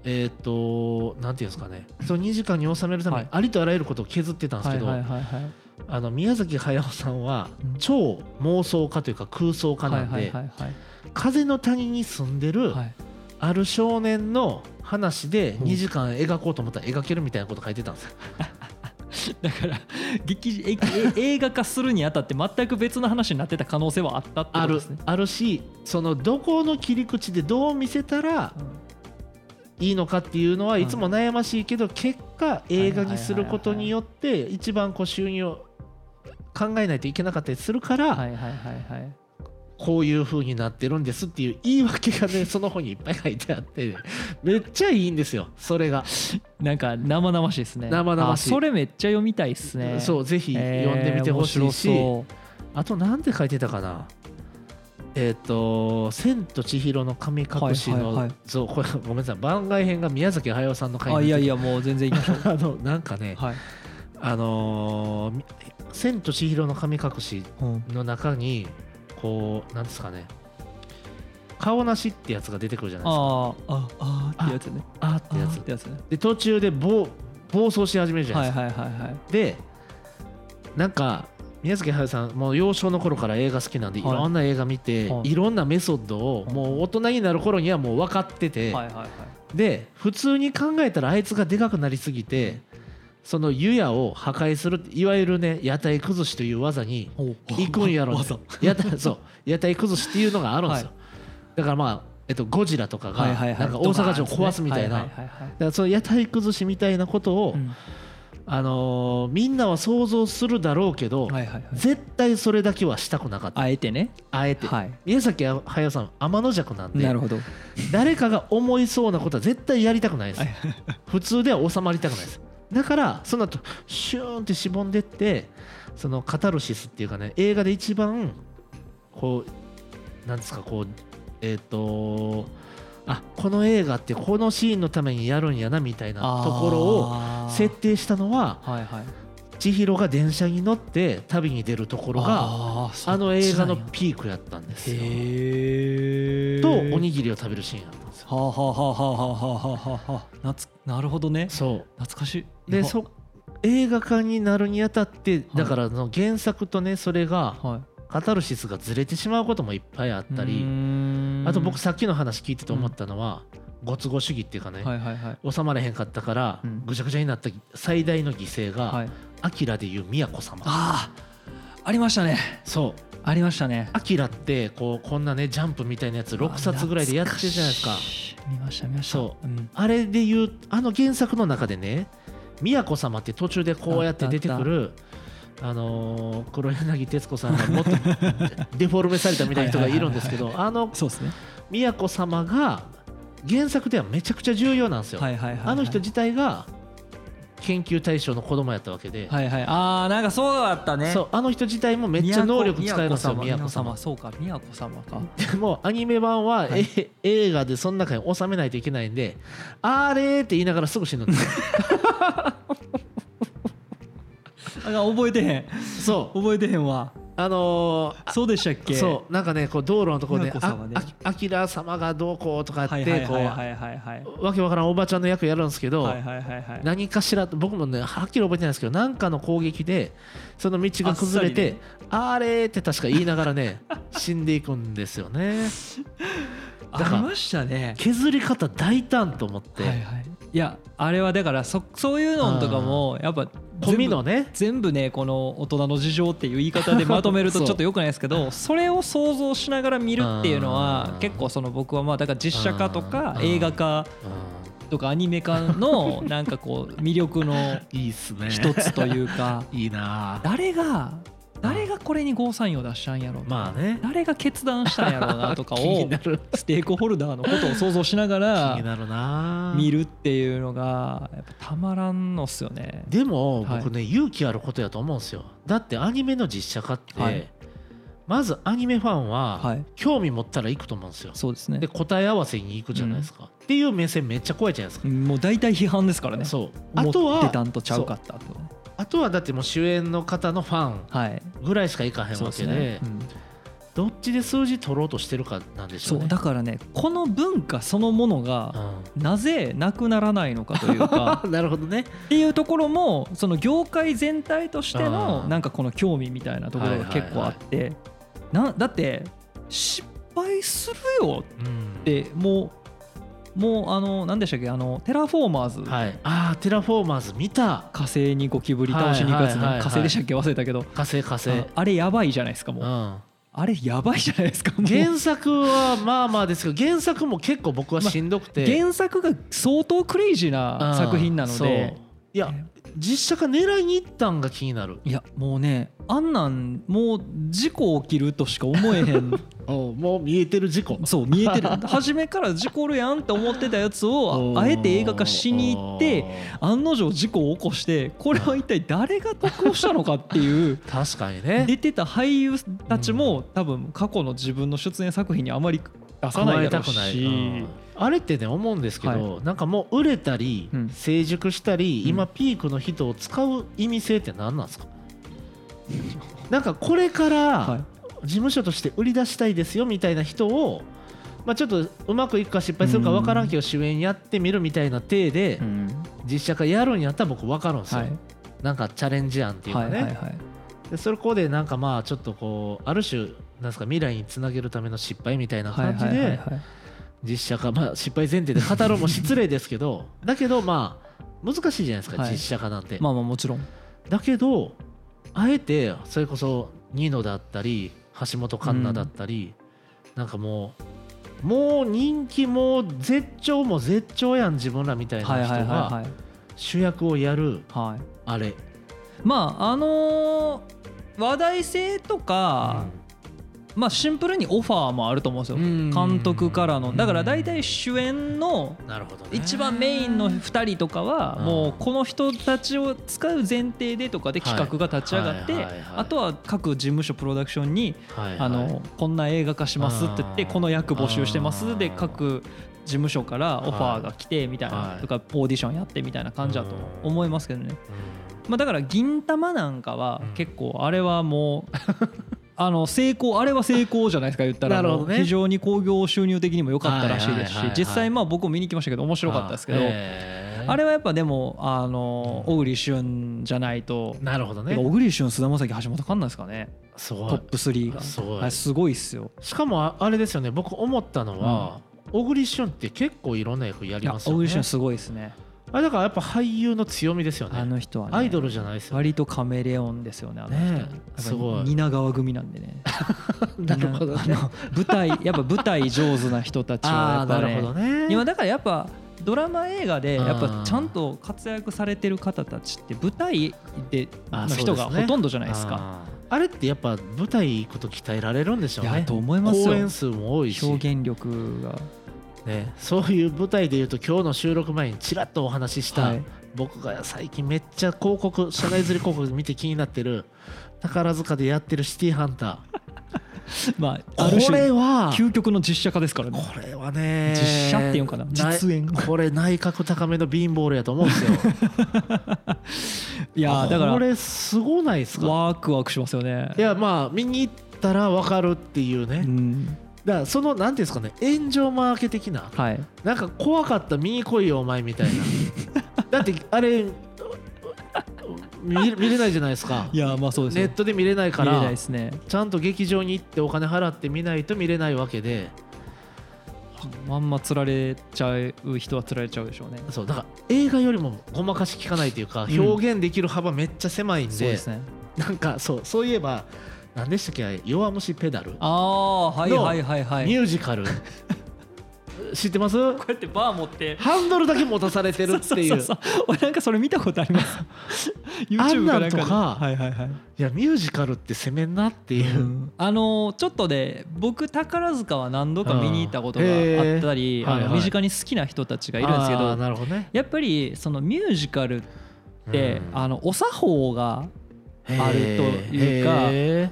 Speaker 1: えっ、となんていうんですかねその2時間に収めるため
Speaker 2: は
Speaker 1: に
Speaker 2: い
Speaker 1: ありとあらゆることを削ってたんです
Speaker 2: は
Speaker 1: け
Speaker 2: い
Speaker 1: ど、
Speaker 2: はいはいはい
Speaker 1: あの宮崎駿さんは
Speaker 2: うん
Speaker 1: 超妄想家というか空想家なんで、
Speaker 2: はいはいはい
Speaker 1: 風の谷に住んでる
Speaker 2: はいはい
Speaker 1: ある少年の話で
Speaker 2: うん
Speaker 1: 2時間描こうと思ったら描けるみたいなこと書いてたんですよ。
Speaker 2: だから 劇え映画化するにあたって全く別の話になってた可能性はあったってこ
Speaker 1: あ
Speaker 2: と
Speaker 1: る
Speaker 2: ですね。
Speaker 1: あるしそのどこの切り口でどう見せたらいいのかっていうのはいつも悩ましいけど結果映画にすることによって一番こう収入を考えないといけなかったりするか
Speaker 2: は
Speaker 1: ら
Speaker 2: いはいはいはい。
Speaker 1: こういう風になってるんですっていう言い訳が ねその本にいっぱい書いてあってめっちゃいいんですよそれが。
Speaker 2: なんか生々しいですね。
Speaker 1: 生々しい
Speaker 2: あそれめっちゃ読みたいですね。。
Speaker 1: そううぜひ読んでみてほしいし、
Speaker 2: 面白そ
Speaker 1: あとなんて書いてたかなえっ、と「千と千尋の神隠し
Speaker 2: はいはい
Speaker 1: の
Speaker 2: はい
Speaker 1: 像」これ ごめんなさい番外編が宮崎駿さんの
Speaker 2: う
Speaker 1: 回
Speaker 2: あ
Speaker 1: に
Speaker 2: い
Speaker 1: な
Speaker 2: や
Speaker 1: っ
Speaker 2: い
Speaker 1: てて
Speaker 2: やもう全然いきましょ
Speaker 1: あのなんかね
Speaker 2: う。 はい。
Speaker 1: あのーみ千と千尋の神隠し
Speaker 2: うん」
Speaker 1: の中にこうなんですかね顔なしってやつが出てくるじゃないですか
Speaker 2: あーあああってやつね。
Speaker 1: あーってや
Speaker 2: あ
Speaker 1: つ
Speaker 2: ーってやつね。
Speaker 1: で途中で暴暴走し始めるじゃない
Speaker 2: は
Speaker 1: で
Speaker 2: い
Speaker 1: すか、
Speaker 2: はいはいはい。
Speaker 1: でなんか宮崎駿さんもう幼少の頃から映画好きなんで、
Speaker 2: はい
Speaker 1: い、ろんな映画見て、
Speaker 2: はい
Speaker 1: い、ろんなメソッドを
Speaker 2: はい
Speaker 1: もう大人になる頃にはもう分かってて、
Speaker 2: はいはいはい。
Speaker 1: で普通に考えたらあいつがでかくなりすぎてその湯屋を破壊するっていわゆるね屋台崩しという技 に行くんやろ
Speaker 2: わ
Speaker 1: う
Speaker 2: ざ
Speaker 1: 屋台そう屋台崩しっていうのがあるんですよ、だからまあ、ええっと、ゴジラとかが
Speaker 2: はいはいはい
Speaker 1: なんか大阪城壊すみたいな、
Speaker 2: はい
Speaker 1: だか
Speaker 2: はいはいはい
Speaker 1: らその屋台崩しみたいなことを、
Speaker 2: うん
Speaker 1: あのーみんなは想像するだろうけど、
Speaker 2: はいはいはい
Speaker 1: 絶対それだけはしたくなかった
Speaker 2: あえてね
Speaker 1: あえて、
Speaker 2: はい
Speaker 1: 宮崎駿さん天の弱なんで
Speaker 2: なるほど
Speaker 1: 誰かが思いそうなことは絶対やりたくないです
Speaker 2: はい
Speaker 1: 普通では収まりたくないですだからその後シューンってしぼんでってそのカタルシスっていうかね映画で一番こうなんですかこうえっ、とあこの映画ってこのシーンのためにやるんやなみたいなところを
Speaker 2: を
Speaker 1: 設定したのは
Speaker 2: はいはい
Speaker 1: 千尋が電車に乗って旅に出るところが
Speaker 2: あー
Speaker 1: あの映画の
Speaker 2: そっ
Speaker 1: ピークやったんで
Speaker 2: ち
Speaker 1: す
Speaker 2: なんや
Speaker 1: よ
Speaker 2: へえ
Speaker 1: とおにぎりを食べるシーンやったんですよ
Speaker 2: はあはあはあはあはあはあはあはあなつなるほどね
Speaker 1: そう
Speaker 2: 懐かしい
Speaker 1: で
Speaker 2: やば
Speaker 1: そ映画化になるにあたってだからその原作とねそれが
Speaker 2: は
Speaker 1: カタルシスがずれてしまうこともいっぱいあっ
Speaker 2: い
Speaker 1: たりあと僕さっきの話聞いてて思ったのはご都合主義っていうか
Speaker 2: は
Speaker 1: ね
Speaker 2: いはいはい
Speaker 1: 収まれへんかったから
Speaker 2: うん
Speaker 1: ぐちゃぐちゃになった最大の犠牲
Speaker 2: は
Speaker 1: が
Speaker 2: い
Speaker 1: アキラでいう宮子様
Speaker 2: ああありましたね
Speaker 1: そう
Speaker 2: ありましたね
Speaker 1: アキラってこうこんなねジャンプみたいなやつ6冊ぐらいでやってるじゃないですか
Speaker 2: 懐しい見ました見ました
Speaker 1: そ
Speaker 2: うん
Speaker 1: あれでいうあの原作の中でね宮子様って途中でこうやって出てくるあのー黒柳徹子さんがもっと デフォルメされたみたいな人がいるんですけどあの
Speaker 2: そうですね
Speaker 1: 宮子様が原作ではめちゃくちゃ重要なんですよ。
Speaker 2: はいはいはいはい
Speaker 1: あの人自体が研究対象の子供やったわけで、
Speaker 2: はいはいああなんかそうだったね
Speaker 1: そうあの人自体もめっちゃ能力使えるんですよ宮子様。
Speaker 2: そうか宮子様か
Speaker 1: でもアニメ版は、
Speaker 2: はい
Speaker 1: え映画でその中に収めないといけないんで「あれ」って言いながらすぐ死ぬん ですよ
Speaker 2: あ覚えてへん
Speaker 1: そう
Speaker 2: 覚えてへんわ
Speaker 1: あのー
Speaker 2: そうでしたっけ
Speaker 1: そうなんかねこう道路のところで
Speaker 2: 宮子様ね
Speaker 1: あああきら様がどうこうとか
Speaker 2: は
Speaker 1: っ
Speaker 2: いはい
Speaker 1: てこ
Speaker 2: はいは
Speaker 1: う
Speaker 2: いはいはい
Speaker 1: わけわからんおばちゃんの役やるんですけど、
Speaker 2: はいはいはいはい
Speaker 1: 何かしら僕もねはっきり覚えてないですけど何かの攻撃でその道が崩れて「あれ」って確か言いながら ね死んでいくんですよねだから
Speaker 2: ありましたね
Speaker 1: 削り方大胆と思って、
Speaker 2: はいはいいやあれはだからそそういうのとかもやっぱ
Speaker 1: 込み
Speaker 2: 全部
Speaker 1: のね
Speaker 2: 全部ねこの大人の事情っていう言い方でまとめると
Speaker 1: そう
Speaker 2: ちょっと良くないですけどそれを想像しながら見るっていうの
Speaker 1: う
Speaker 2: は
Speaker 1: ん
Speaker 2: 結構その僕はまあだから実写化とか
Speaker 1: うん
Speaker 2: 映画化とかアニメ化のなんかこう魅力の
Speaker 1: うんいいっすね
Speaker 2: 一つというか
Speaker 1: いいなあ
Speaker 2: 誰が誰がこれにゴーサインを出したんやろう
Speaker 1: まあね
Speaker 2: 誰が決断したんやろうなとか
Speaker 1: 気に
Speaker 2: を
Speaker 1: なる
Speaker 2: ステークホルダーのことを想像しなが
Speaker 1: 気にな
Speaker 2: ら
Speaker 1: るなあ
Speaker 2: 見るっていうのがやっぱたまらんのっすよね。
Speaker 1: でも
Speaker 2: はい
Speaker 1: 僕ね、勇気あることやと思うんですよだってアニメの実写化って、
Speaker 2: はい
Speaker 1: まずアニメファン
Speaker 2: は
Speaker 1: はい興味持ったら行くと思うんですよ、
Speaker 2: そうですね
Speaker 1: で答え合わせに行くじゃないですか、っていう目線めっちゃ怖いじゃないですか、
Speaker 2: もう大体批判ですからね。
Speaker 1: そうあ
Speaker 2: 思
Speaker 1: と
Speaker 2: ってた
Speaker 1: は
Speaker 2: んとちゃうかったと
Speaker 1: あとはだってもう主演の方のファン
Speaker 2: はい
Speaker 1: ぐらいしか行かへん
Speaker 2: そう
Speaker 1: わ
Speaker 2: で
Speaker 1: け
Speaker 2: す
Speaker 1: で
Speaker 2: ね、うん
Speaker 1: どっちで数字取ろうとしてるかなんでし
Speaker 2: そ
Speaker 1: ょうね
Speaker 2: うだからねこの文化そのものがなぜなくならないのかというか
Speaker 1: うんなるほどね
Speaker 2: っていうところもその業界全体として
Speaker 1: あ
Speaker 2: の
Speaker 1: ー
Speaker 2: なんかこの興味みたいなところが結構あって、なだって失敗するよ
Speaker 1: うん
Speaker 2: ってもうもうあの何でしたっけあのテラフォーマーズ、
Speaker 1: はい、ああテラフォーマーズ見た
Speaker 2: 火星にゴキブリ倒しに行くや
Speaker 1: は
Speaker 2: つ
Speaker 1: いはいはいは
Speaker 2: の
Speaker 1: い
Speaker 2: 火星でしたっけ忘れたけど
Speaker 1: 火星火星、
Speaker 2: ああれやばいじゃないですかもう、
Speaker 1: うん、
Speaker 2: あれやばいじゃないですかもう
Speaker 1: 原作はまあまあですけど原作も結構僕はしんどくて、
Speaker 2: 原作が相当クレイジーな作品なの
Speaker 1: そう
Speaker 2: で、
Speaker 1: いや実写化狙いに行ったんが気になる
Speaker 2: いやもうねあんなんもう事故起きるとしか思えへ ん
Speaker 1: もう見えてる事故
Speaker 2: そう見えてる初めから事故るやんって思ってたやつをああえて映画化しに行って案の定事故を起こしてこれは一体誰が得をしたのかっ ていう
Speaker 1: 確かにね
Speaker 2: 出てた俳優たちも多分過去の自分の出演作品にあまり出さないだろう
Speaker 1: 加え
Speaker 2: し、
Speaker 1: うんあれってね思うんですけど、なんかもう売れたり
Speaker 2: うん
Speaker 1: 成熟したり、
Speaker 2: うん
Speaker 1: 今ピークの人を使う意味性って何なんですか、 なんかこれから
Speaker 2: はい
Speaker 1: 事務所として売り出したいですよみたいな人を、まあ、ちょっとうまくいくか失敗するか分からんけど主演やってみるみたいな体で実写化やるんやったら僕分かるんですよ、
Speaker 2: はい
Speaker 1: なんかチャレンジ案っていうか
Speaker 2: は
Speaker 1: ね、
Speaker 2: いはいはい
Speaker 1: でそこでなんかまあちょっとこうある種なんですか未来につなげるための失敗みたいな
Speaker 2: はい
Speaker 1: 感じ
Speaker 2: はいはい
Speaker 1: で
Speaker 2: はい
Speaker 1: 実写化まあ失敗前提で語るのも失礼ですけどだけどまあ難しいじゃないですか
Speaker 2: はい
Speaker 1: 実写化なんて、
Speaker 2: まあまあもちろん
Speaker 1: だけどあえてそれこそニノだったり橋本環奈だったり、なんかもうもう人気もう絶頂も絶頂やん自分らみたい
Speaker 2: はい
Speaker 1: な
Speaker 2: はいはい
Speaker 1: 人が
Speaker 2: はい
Speaker 1: 主役をやる
Speaker 2: はい
Speaker 1: あれ、
Speaker 2: まああのー話題性とか、まあシンプルにオファーもあると思うんですよ、
Speaker 1: うん
Speaker 2: 監督からのだから大
Speaker 1: うん
Speaker 2: 体主演の
Speaker 1: なるほどね
Speaker 2: 一番メインの2人とかは
Speaker 1: うん
Speaker 2: もうこの人たちを使う前提でとかで
Speaker 1: はい
Speaker 2: 企画が立ち上がって
Speaker 1: はいはいはい
Speaker 2: あとは各事務所プロダクションに
Speaker 1: はいはい
Speaker 2: あのこんな映画化しますって言って
Speaker 1: うん
Speaker 2: この役募集してます
Speaker 1: うん
Speaker 2: で各事務所からオファーが来てみたいな
Speaker 1: はい
Speaker 2: とかオーディションやってみたいな感じだと
Speaker 1: うん
Speaker 2: 思いますけど
Speaker 1: う
Speaker 2: ねまあだから銀魂なんかは
Speaker 1: うん
Speaker 2: 結構あれはもう あの成功あれは成功じゃないですか言ったら
Speaker 1: なるほ
Speaker 2: も
Speaker 1: ど
Speaker 2: う
Speaker 1: ね
Speaker 2: 非常に興行収入的にも良かったらしいで
Speaker 1: はいは
Speaker 2: すし
Speaker 1: いはいはい
Speaker 2: 実際まあ僕も見に行きましたけど面
Speaker 1: ん
Speaker 2: 白かったですけど
Speaker 1: あへー
Speaker 2: あれはやっぱでもあの
Speaker 1: うん
Speaker 2: 小栗旬じゃないと
Speaker 1: なるほど
Speaker 2: て
Speaker 1: ね
Speaker 2: か小栗旬菅田将暉橋本環奈ですかね
Speaker 1: す
Speaker 2: ト
Speaker 1: ご
Speaker 2: ッ
Speaker 1: い
Speaker 2: プ3が
Speaker 1: すごい
Speaker 2: あれすごいっすよ
Speaker 1: しかもああれですよね僕思ったのは、小栗旬って結構いろんな役や
Speaker 2: い
Speaker 1: り
Speaker 2: や
Speaker 1: ます
Speaker 2: 小
Speaker 1: よ
Speaker 2: 栗
Speaker 1: ね
Speaker 2: 旬すごいですね
Speaker 1: あれだからやっぱ俳優の強みですよね
Speaker 2: あの人はね
Speaker 1: アイドルじゃないですよね
Speaker 2: 割とカメレオンですよねあの人
Speaker 1: ねえ
Speaker 2: やっぱり
Speaker 1: すごい
Speaker 2: 蜷川組なんでね
Speaker 1: なるほどね
Speaker 2: あの舞台やっぱ舞台上手な人たちはや
Speaker 1: あ
Speaker 2: っ
Speaker 1: あー
Speaker 2: ぱ
Speaker 1: なるほど
Speaker 2: ね
Speaker 1: ね
Speaker 2: 今だからやっぱドラマ映画でやっ
Speaker 1: う
Speaker 2: ぱ
Speaker 1: ん
Speaker 2: ちゃんと活躍されてる方たちって舞台で
Speaker 1: あ
Speaker 2: の
Speaker 1: そうですね
Speaker 2: 人がほとんどじゃ
Speaker 1: じ
Speaker 2: ないですか
Speaker 1: あーあれってやっぱ舞台行くと鍛えられるんでしょう
Speaker 2: いや
Speaker 1: ね
Speaker 2: と思いますよ
Speaker 1: 公演数も多いし、
Speaker 2: 表現力 が
Speaker 1: ね、そういう舞台でいうと今日の収録前にちらっとお話しした、
Speaker 2: はい
Speaker 1: 僕が最近めっちゃ広告社外釣り広告見て気になってる宝塚でやってるシティーハンタ
Speaker 2: まあある
Speaker 1: ーこれ
Speaker 2: 種
Speaker 1: は
Speaker 2: 究極の実写化ですからね
Speaker 1: これはね
Speaker 2: 実写っていうんかな実演
Speaker 1: なこれ内角高めの貧乏ルやと思うんですよ
Speaker 2: いやーだから
Speaker 1: これすごないですか
Speaker 2: ワークワークしますよね
Speaker 1: いやまあ見に行ったら分かるっていうね、
Speaker 2: うん
Speaker 1: だからそのなんていうんですかね炎上マーケ的な
Speaker 2: はい
Speaker 1: なんか怖かった見に来いよお前みたい なだってあれ見見れないじゃないですか
Speaker 2: いやーまあそうです
Speaker 1: ネ
Speaker 2: よ
Speaker 1: ットで見れないか
Speaker 2: 見れない
Speaker 1: ら
Speaker 2: ですね
Speaker 1: ちゃんと劇場に行ってお金払って見ないと見れないわけで
Speaker 2: まんま釣られちゃう人は釣られちゃうでしょうね
Speaker 1: そうだから映画よりもごまかしきかないというか、
Speaker 2: うん
Speaker 1: 表現できる幅めっちゃ狭いん
Speaker 2: そう
Speaker 1: で
Speaker 2: ですね
Speaker 1: なんかそうそういえば何でしたっけあれ弱虫ペダル
Speaker 2: ああはい
Speaker 1: の
Speaker 2: はいはいはい
Speaker 1: ミュージカル知ってます
Speaker 2: こうやってバー持って
Speaker 1: ハンドルだけ持たされてるってい
Speaker 2: そうそそう俺なんかそれ見たことあります
Speaker 1: あ
Speaker 2: YouTube
Speaker 1: んな
Speaker 2: か
Speaker 1: ん
Speaker 2: なん
Speaker 1: と
Speaker 2: かで
Speaker 1: か
Speaker 2: はいはいはい
Speaker 1: いやミュージカルって攻めんなっていう、
Speaker 2: あのーちょっとで僕宝塚は何度か見に行ったことが
Speaker 1: うんへ
Speaker 2: あ
Speaker 1: ー
Speaker 2: ったり、あ
Speaker 1: はい
Speaker 2: の
Speaker 1: はい
Speaker 2: 身近に好きな人たちがいるんですけ
Speaker 1: あー
Speaker 2: ど
Speaker 1: なるほどね
Speaker 2: やっぱりそのミュージカルって、
Speaker 1: うん
Speaker 2: あのお作法があるというか
Speaker 1: へ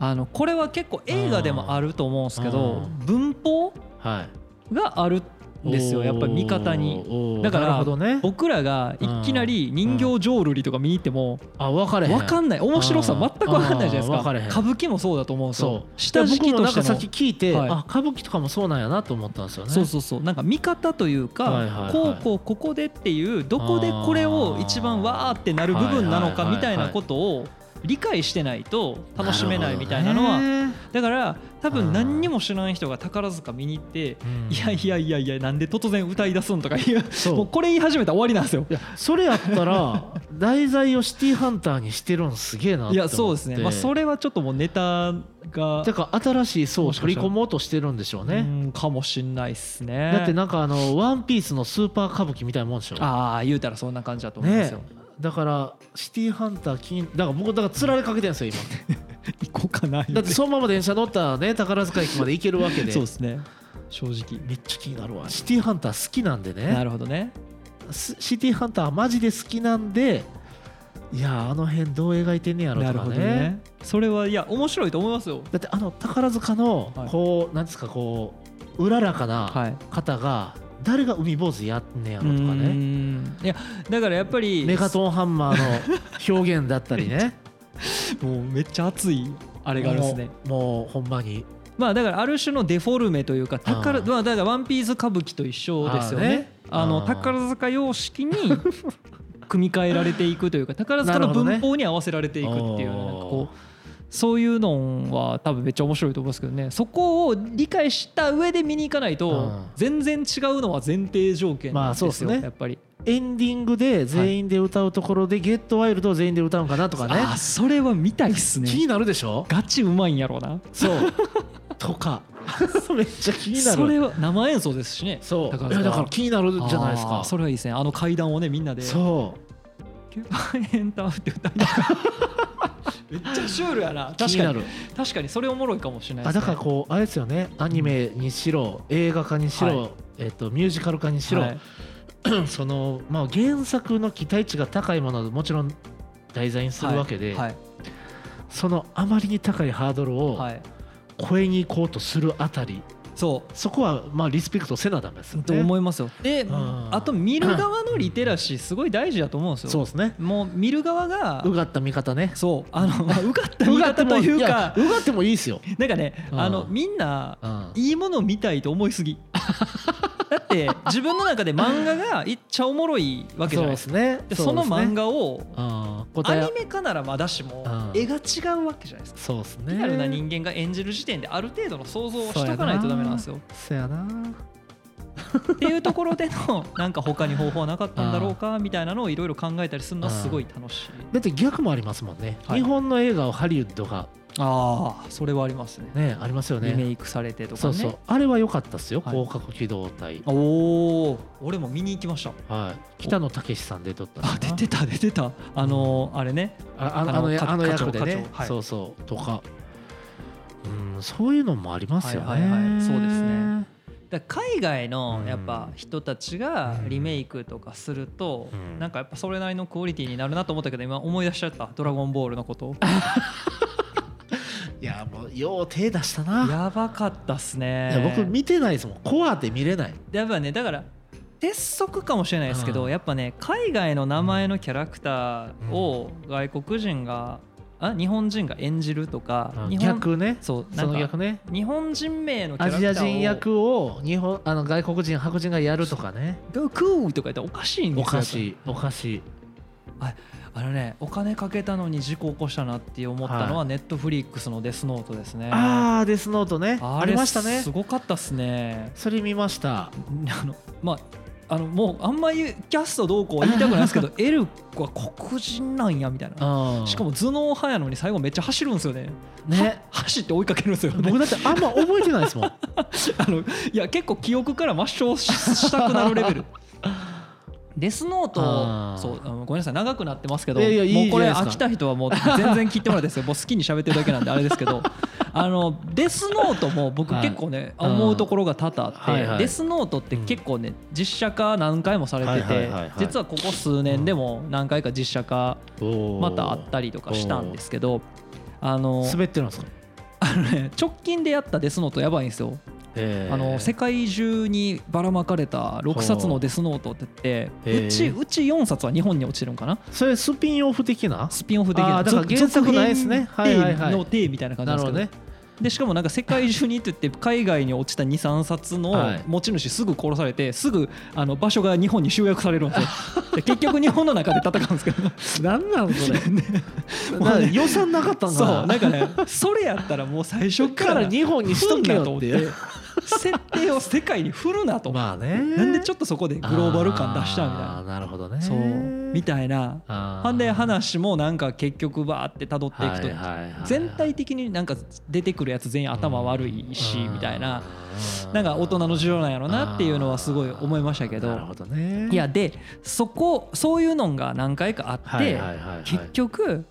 Speaker 2: あのこれは結構映画でもあると思うんですけど
Speaker 1: うん
Speaker 2: 文法
Speaker 1: ーは
Speaker 2: があるん
Speaker 1: い
Speaker 2: ですよやっぱり見方に。
Speaker 1: おーおー
Speaker 2: だから
Speaker 1: なるほどね
Speaker 2: 僕らがいきなり人形浄瑠璃とか見に行っても
Speaker 1: あ分かれへん
Speaker 2: 分かんない面白さ全く分かんないじゃないです
Speaker 1: あー分かれへん
Speaker 2: か歌舞伎もそうだと思うんですよ
Speaker 1: そう
Speaker 2: 下敷き
Speaker 1: いや
Speaker 2: として
Speaker 1: 僕もなん
Speaker 2: の
Speaker 1: かさっき聞いて、
Speaker 2: はい
Speaker 1: あ歌舞伎とかもそうなんやなと思ったんですよね
Speaker 2: そうそうそうなんか見方とい
Speaker 1: は
Speaker 2: う
Speaker 1: いはいは
Speaker 2: か
Speaker 1: い
Speaker 2: こうこうここでっていうどこでこれを一番わーってなる部分
Speaker 1: は
Speaker 2: なのか
Speaker 1: いはいはいはい
Speaker 2: みたいなことを理解してないと楽しめないみたいなのは
Speaker 1: る
Speaker 2: だから多
Speaker 1: う
Speaker 2: 分
Speaker 1: ん
Speaker 2: 何にも知らん人が宝塚見に行って
Speaker 1: ほどね、
Speaker 2: いやいやいやいやなんで突然歌い出すんとか言う
Speaker 1: そう
Speaker 2: もうこれ言い始めたら終わりなんですよ
Speaker 1: いやそれやった ら題材をシティーハンターにしてるんすげえなって思って
Speaker 2: いやそうですねまあそれはちょっともうネタが
Speaker 1: だから新しい層を取り込もうとしてるんでしょう
Speaker 2: う
Speaker 1: ね
Speaker 2: んかもしんないっすね
Speaker 1: だってなんかあの「ワンピースのスーパー歌舞伎みたいなもんでしょ
Speaker 2: ああ言うたらそんな感じだと思うんです
Speaker 1: ね
Speaker 2: よ
Speaker 1: だからシティーハンター気にだから僕だからつられかけてるんですよ今
Speaker 2: 行こうか な言
Speaker 1: だ
Speaker 2: う
Speaker 1: ってそのまま電車乗ったらね宝塚駅まで行けるわけで
Speaker 2: そうですね正直
Speaker 1: めっちゃ気になるわシティーハンター好きなんで
Speaker 2: な
Speaker 1: ね
Speaker 2: るほどね
Speaker 1: すシティーハンターマジで好きなんでいやーあの辺どう描いてんねやろ
Speaker 2: な
Speaker 1: と
Speaker 2: る
Speaker 1: か
Speaker 2: ほど
Speaker 1: ね
Speaker 2: ねそれはいや面白いと思いますよ
Speaker 1: だってあの宝塚の
Speaker 2: はい
Speaker 1: こう、なんですかこううららか
Speaker 2: は
Speaker 1: ない方が誰が海坊主やんねや
Speaker 2: う
Speaker 1: ろとかね
Speaker 2: んいやだからやっぱり
Speaker 1: メガトンハンマーの表現だったりね
Speaker 2: もうめっちゃ熱い あ
Speaker 1: あ
Speaker 2: れがあるんですね
Speaker 1: もうもうほんまに
Speaker 2: まあだからある種のデフォルメというか宝
Speaker 1: うん
Speaker 2: まあだから「ワンピース歌舞伎と一緒ですよね
Speaker 1: あーね
Speaker 2: あの
Speaker 1: うん
Speaker 2: 宝塚様 式に組み替えられていくというか宝塚の
Speaker 1: なるほどね
Speaker 2: 文法に合わせられていくっていう
Speaker 1: おー
Speaker 2: なんかこうそういうのは多分めっちゃ面白いと思うんですけどねそこを理解した上で見に行かないと
Speaker 1: うん
Speaker 2: 全然違うのは前提条件
Speaker 1: ま
Speaker 2: なん
Speaker 1: あ
Speaker 2: で
Speaker 1: そうですす
Speaker 2: よ
Speaker 1: ね
Speaker 2: やっぱり
Speaker 1: エンディングで全員で歌うところで「ゲットワイルド」を全員で歌うんかなとかね
Speaker 2: あーそれは見たいっすね
Speaker 1: 気になるでしょ
Speaker 2: ガチうまいんやろうな
Speaker 1: そうとかめっちゃ気になる
Speaker 2: それは生演奏ですしね
Speaker 1: そう
Speaker 2: 高
Speaker 1: い
Speaker 2: 橋さ
Speaker 1: や
Speaker 2: ん
Speaker 1: だから気になるじゃないです
Speaker 2: あー
Speaker 1: か
Speaker 2: それはいいですねあの階段をねみんなで
Speaker 1: そう
Speaker 2: キューバンエンターって歌いながらめっちゃシュールや な
Speaker 1: 気
Speaker 2: 確
Speaker 1: に
Speaker 2: か
Speaker 1: な
Speaker 2: に
Speaker 1: る
Speaker 2: 確かにそれおもろいかもしれないで
Speaker 1: あ
Speaker 2: すね
Speaker 1: だからこうあれですよねアニメにしろ映画化にしろ、
Speaker 2: はい
Speaker 1: えっと、ミュージカル化にしろ、
Speaker 2: はい
Speaker 1: その、まあ、原作の期待値が高いものをもちろん題材にするわけで、
Speaker 2: はい
Speaker 1: そのあまりに高いハードルを
Speaker 2: はい
Speaker 1: 超えに行こうとするあたり、
Speaker 2: そう
Speaker 1: そこはまあリスペクトせなダメですよ
Speaker 2: と
Speaker 1: ね。
Speaker 2: 思いますよで
Speaker 1: ん
Speaker 2: あと見る側のリテラシーすごい大事だと思うんです
Speaker 1: そう
Speaker 2: よ
Speaker 1: ですね
Speaker 2: もう見る側が
Speaker 1: うがった見方ね。
Speaker 2: そうあ のまあ受かった見方と いうか
Speaker 1: やうがってもいいですよ。
Speaker 2: なんかね
Speaker 1: うん
Speaker 2: あのみんな
Speaker 1: うん
Speaker 2: いいものを見たいと思 いすぎだって自分の中で漫画がいっちゃおもろいわけじ
Speaker 1: そ
Speaker 2: ゃ
Speaker 1: う
Speaker 2: な
Speaker 1: で
Speaker 2: いです
Speaker 1: す
Speaker 2: か
Speaker 1: ね。
Speaker 2: でその漫
Speaker 1: 画
Speaker 2: 画をア
Speaker 1: 答え
Speaker 2: ニメ化ならまだしも
Speaker 1: うん
Speaker 2: 絵が違うわけじゃないですか
Speaker 1: そうですね。
Speaker 2: リアルな人間が演じる時点である程度の想像をしとかないとダメなんですよ
Speaker 1: そうやな。
Speaker 2: っていうところでのなんか他に方法はなかったんだろうかみたいなのをいろいろ考えたりするのはすごい楽しい
Speaker 1: だって逆もありますもんね。
Speaker 2: はい
Speaker 1: 日本の映画をハリウッドが
Speaker 2: ああそれはありますね
Speaker 1: ねありますよね。
Speaker 2: リメイクされてとか
Speaker 1: そ
Speaker 2: ね
Speaker 1: うそうあれは良かったですよ。
Speaker 2: はい
Speaker 1: 広角機動隊。
Speaker 2: おお俺も見に行きました
Speaker 1: はい。北野武さん出とったのか
Speaker 2: あ
Speaker 1: な。
Speaker 2: 出てた出てたあのーあれね
Speaker 1: ああの
Speaker 2: あ
Speaker 1: あ
Speaker 2: の
Speaker 1: の
Speaker 2: 課
Speaker 1: あの役で
Speaker 2: 課
Speaker 1: ね
Speaker 2: 長、はい
Speaker 1: そうそうとか、うん、そういうのもありますよね。
Speaker 2: はいはいはいそうですね。だから海外の
Speaker 1: うん
Speaker 2: やっぱ人たちがリメイクとかすると
Speaker 1: うん
Speaker 2: なんかやっぱそれなりのクオリティになるなと思ったけど今思い出しちゃった「ドラゴンボール」のこと
Speaker 1: いやもうよう手出したな。
Speaker 2: やばかったっす
Speaker 1: い
Speaker 2: ね
Speaker 1: や僕見てないですもん。コアで見れない。
Speaker 2: やっぱねだから鉄則かもしれないですけど、
Speaker 1: うん
Speaker 2: やっぱね海外の名前のキャラクターを外国人が、あ日本人が演じるとか、
Speaker 1: うん
Speaker 2: 日本
Speaker 1: 逆ね。
Speaker 2: そうな
Speaker 1: その
Speaker 2: ん
Speaker 1: 逆
Speaker 2: か
Speaker 1: ね。
Speaker 2: 日本人名のキャ
Speaker 1: ア
Speaker 2: ラクタ
Speaker 1: ジ
Speaker 2: ーを
Speaker 1: ア人役を日本あの外国人白人がやるとかね。
Speaker 2: 悟空とか言ったらおかしいんですよ
Speaker 1: おか
Speaker 2: やっ
Speaker 1: しいおかしい。
Speaker 2: ぱあのねお金かけたのに事故起こしたなって思ったの
Speaker 1: は
Speaker 2: はネットフリックスの「デスノート」ですね
Speaker 1: ああデスノートね
Speaker 2: あ
Speaker 1: あ
Speaker 2: れ
Speaker 1: りましたね
Speaker 2: す。ごかったっすね
Speaker 1: それ見ました。
Speaker 2: あのまああのもうあんまりキャストどうこうは言いたくないですけ どエルは黒人なんやみたいな
Speaker 1: うん
Speaker 2: しかも頭脳派やのに最後めっちゃ走るんですよね。
Speaker 1: ね。
Speaker 2: は走って追いかけるんですよね。
Speaker 1: 僕だってあんま覚えてないです もん。
Speaker 2: あの いや結構記憶から抹消ししたくなるレ ベル。デスノー
Speaker 1: あ
Speaker 2: ト
Speaker 1: ー
Speaker 2: そうあのごめんなさい長くなってますけど
Speaker 1: いやいやいいじゃな
Speaker 2: もう
Speaker 1: い
Speaker 2: これ
Speaker 1: ですか
Speaker 2: 飽きた人はもう全然聞いてもらっていいで すよもう好きに喋ってるだけなんであれですけどあのデスノートも僕
Speaker 1: はい
Speaker 2: 結 構ね、思うところが多々あって、
Speaker 1: はいはい
Speaker 2: デスノートって結構ね、実写化何回もされてて、
Speaker 1: はいはいはいはい
Speaker 2: 実はここ数年でも何回か実写化またあったりとかしたんですけどあの
Speaker 1: 滑ってるんですか。
Speaker 2: あのね直近でやったデスノートやばいんですよ、
Speaker 1: えー
Speaker 2: あの世界中にばらまかれた6冊のデスノートって言って
Speaker 1: へー
Speaker 2: うちうち4冊は日本に落ちるんかな
Speaker 1: それスピンオフ的な
Speaker 2: スピンオフできる
Speaker 1: あーだから原作ないですねはいはいはい
Speaker 2: の体みたいな感じ
Speaker 1: な
Speaker 2: な
Speaker 1: る
Speaker 2: ん
Speaker 1: ほど
Speaker 2: ですけど
Speaker 1: ね
Speaker 2: でしかもなんか世界中にって言って海外に落ちた23冊の
Speaker 1: はい
Speaker 2: 持ち主すぐ殺されてすぐあの場所が日本に集約されるんですよ で結局日本の中で戦うんですけど
Speaker 1: なんなん それ
Speaker 2: もうね
Speaker 1: 予算なかったん
Speaker 2: そう
Speaker 1: かな
Speaker 2: なんかねそれやったらもう最初
Speaker 1: そっ
Speaker 2: か
Speaker 1: からら日本にしとけ よっていう
Speaker 2: 設定を世界に振るなと、
Speaker 1: まあね
Speaker 2: なんでちょ
Speaker 1: っ
Speaker 2: っとそこでグローバル感出したみ
Speaker 1: あ
Speaker 2: た
Speaker 1: ーなるほどね
Speaker 2: いなそうみ
Speaker 1: い
Speaker 2: たいな
Speaker 1: な
Speaker 2: ほんで話もなんか結局バーって辿っていくと、全体的になんか出てくるやつ全員頭悪いし、みたいななんか大人の事情なんやろなっていうのはすごい思いましたけど
Speaker 1: なるほどね
Speaker 2: いやでそこそういうのが何回かあって、
Speaker 1: はいはいはいはい
Speaker 2: 結局
Speaker 1: うん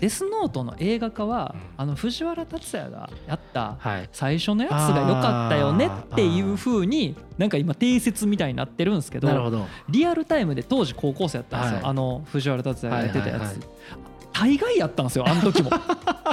Speaker 2: デスノートの映画化は、
Speaker 1: うん
Speaker 2: あの藤原竜也がやった
Speaker 1: はい
Speaker 2: 最初のやつが良かったよねっていう風になんか今定説みたいになってるんですけ
Speaker 1: なるほ
Speaker 2: ど
Speaker 1: ど
Speaker 2: リアルタイムで当時高校生やったんですよ、
Speaker 1: はい
Speaker 2: あの藤原竜也がやって
Speaker 1: は
Speaker 2: たや
Speaker 1: いはいは
Speaker 2: つ大概やったんですよあの 時もだ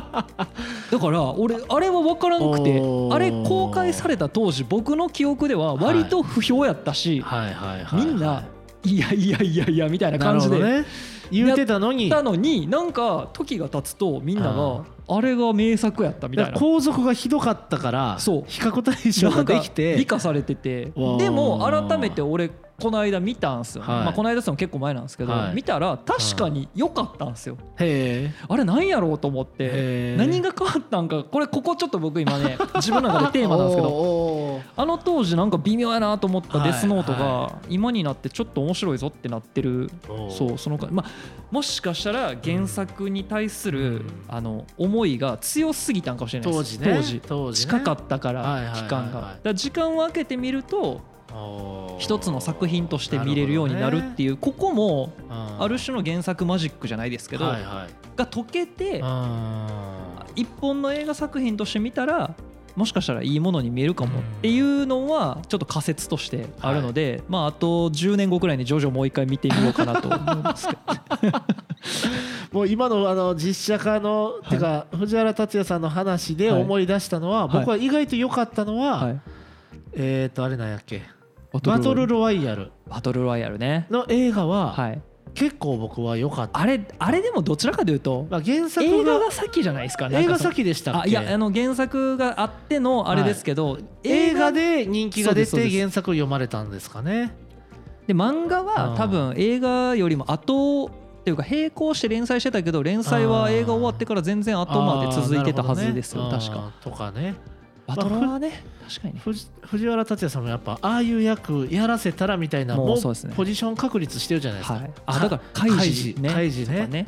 Speaker 2: から俺あれは分からんくて
Speaker 1: おー
Speaker 2: あれ公開された当時僕の記憶では割と不評やったし、
Speaker 1: はいはいはい
Speaker 2: みんないやいやいやいやみたいな
Speaker 1: な
Speaker 2: 感
Speaker 1: るほ
Speaker 2: じ
Speaker 1: ど
Speaker 2: で
Speaker 1: ね言うてたのに
Speaker 2: なのになんか時が経つとみんな
Speaker 1: あ
Speaker 2: があれが名作やったみたい
Speaker 1: だ
Speaker 2: な
Speaker 1: から後続がひどかったから
Speaker 2: そう
Speaker 1: 比較対象ができ
Speaker 2: なんか
Speaker 1: て
Speaker 2: 美化されてて
Speaker 1: わあ
Speaker 2: でも改めて俺この間見たんすよ、
Speaker 1: はい
Speaker 2: まあ、この間っつっても結構前なんですけど、
Speaker 1: はい
Speaker 2: 見たら確かに良かったんですよ、
Speaker 1: へ
Speaker 2: あれなんやろうと思って
Speaker 1: え
Speaker 2: 何が変わったんかこれここちょっと僕今 ね自分の中でテーマなんですけど
Speaker 1: ど
Speaker 2: あの当時なんか微妙やなと思った「
Speaker 1: はい
Speaker 2: デスノート
Speaker 1: は
Speaker 2: が今になってちょっと面白いぞってなってる
Speaker 1: おー
Speaker 2: そうそのか、まあ、もしかしたら原作に対する、
Speaker 1: うん
Speaker 2: あの思思いが強すぎたんかもしれないで
Speaker 1: 当
Speaker 2: す
Speaker 1: 時ね
Speaker 2: 当時
Speaker 1: 当時ね
Speaker 2: 近かったか
Speaker 1: はいはいは
Speaker 2: ら
Speaker 1: いはい
Speaker 2: 期間がだから時間を空けてみると一つの作品として見れるようになるって
Speaker 1: いう
Speaker 2: いうここもある
Speaker 1: 種
Speaker 2: 種の原作マジックじゃないですけど
Speaker 1: はい
Speaker 2: が
Speaker 1: はい
Speaker 2: 解けて
Speaker 1: あ
Speaker 2: 一本の映画作品として見たらもしかしたらいいものに見えるかもっていうのはちょっと仮説としてあるので、まああと10年後くらいにジョジョもう一回見てみようかな と思いますけど
Speaker 1: ーもう今のあの実写化の、てか藤原竜也さんの話で思い出したのは、
Speaker 2: はい
Speaker 1: 僕は意外と良かったのは、
Speaker 2: はい
Speaker 1: えっ、とあれなんやっけバトルロワイヤル
Speaker 2: バトルロワイヤルね、
Speaker 1: の映画は、
Speaker 2: はい、
Speaker 1: 結構僕は良かった、
Speaker 2: あれあれでもどちらかというと
Speaker 1: まあ、原作
Speaker 2: 映画
Speaker 1: が
Speaker 2: が先じゃないですかなんか
Speaker 1: 映画
Speaker 2: その
Speaker 1: 先でしたっ
Speaker 2: あ
Speaker 1: け
Speaker 2: いやあの原作があってのあれですけど、
Speaker 1: 映画で人気が出
Speaker 2: そうですそう
Speaker 1: て
Speaker 2: です
Speaker 1: 原作を読まれたんですかね
Speaker 2: で漫画
Speaker 1: う
Speaker 2: は
Speaker 1: ん
Speaker 2: 多分映画よりも後っていうか並行して連載してたけど連載は映画終わってから全然後まで続いてたはずですよ、
Speaker 1: あーなる
Speaker 2: 確
Speaker 1: ほど
Speaker 2: か
Speaker 1: ねあーとかね
Speaker 2: バトルはね確かにね
Speaker 1: 藤藤原竜也さんもやっぱああいう役やらせたらみたいな
Speaker 2: もう
Speaker 1: もう
Speaker 2: そうですね
Speaker 1: ポジション確立してるじゃないですか、
Speaker 2: はいあだからカイジね
Speaker 1: カイジ
Speaker 2: とか
Speaker 1: ね
Speaker 2: ね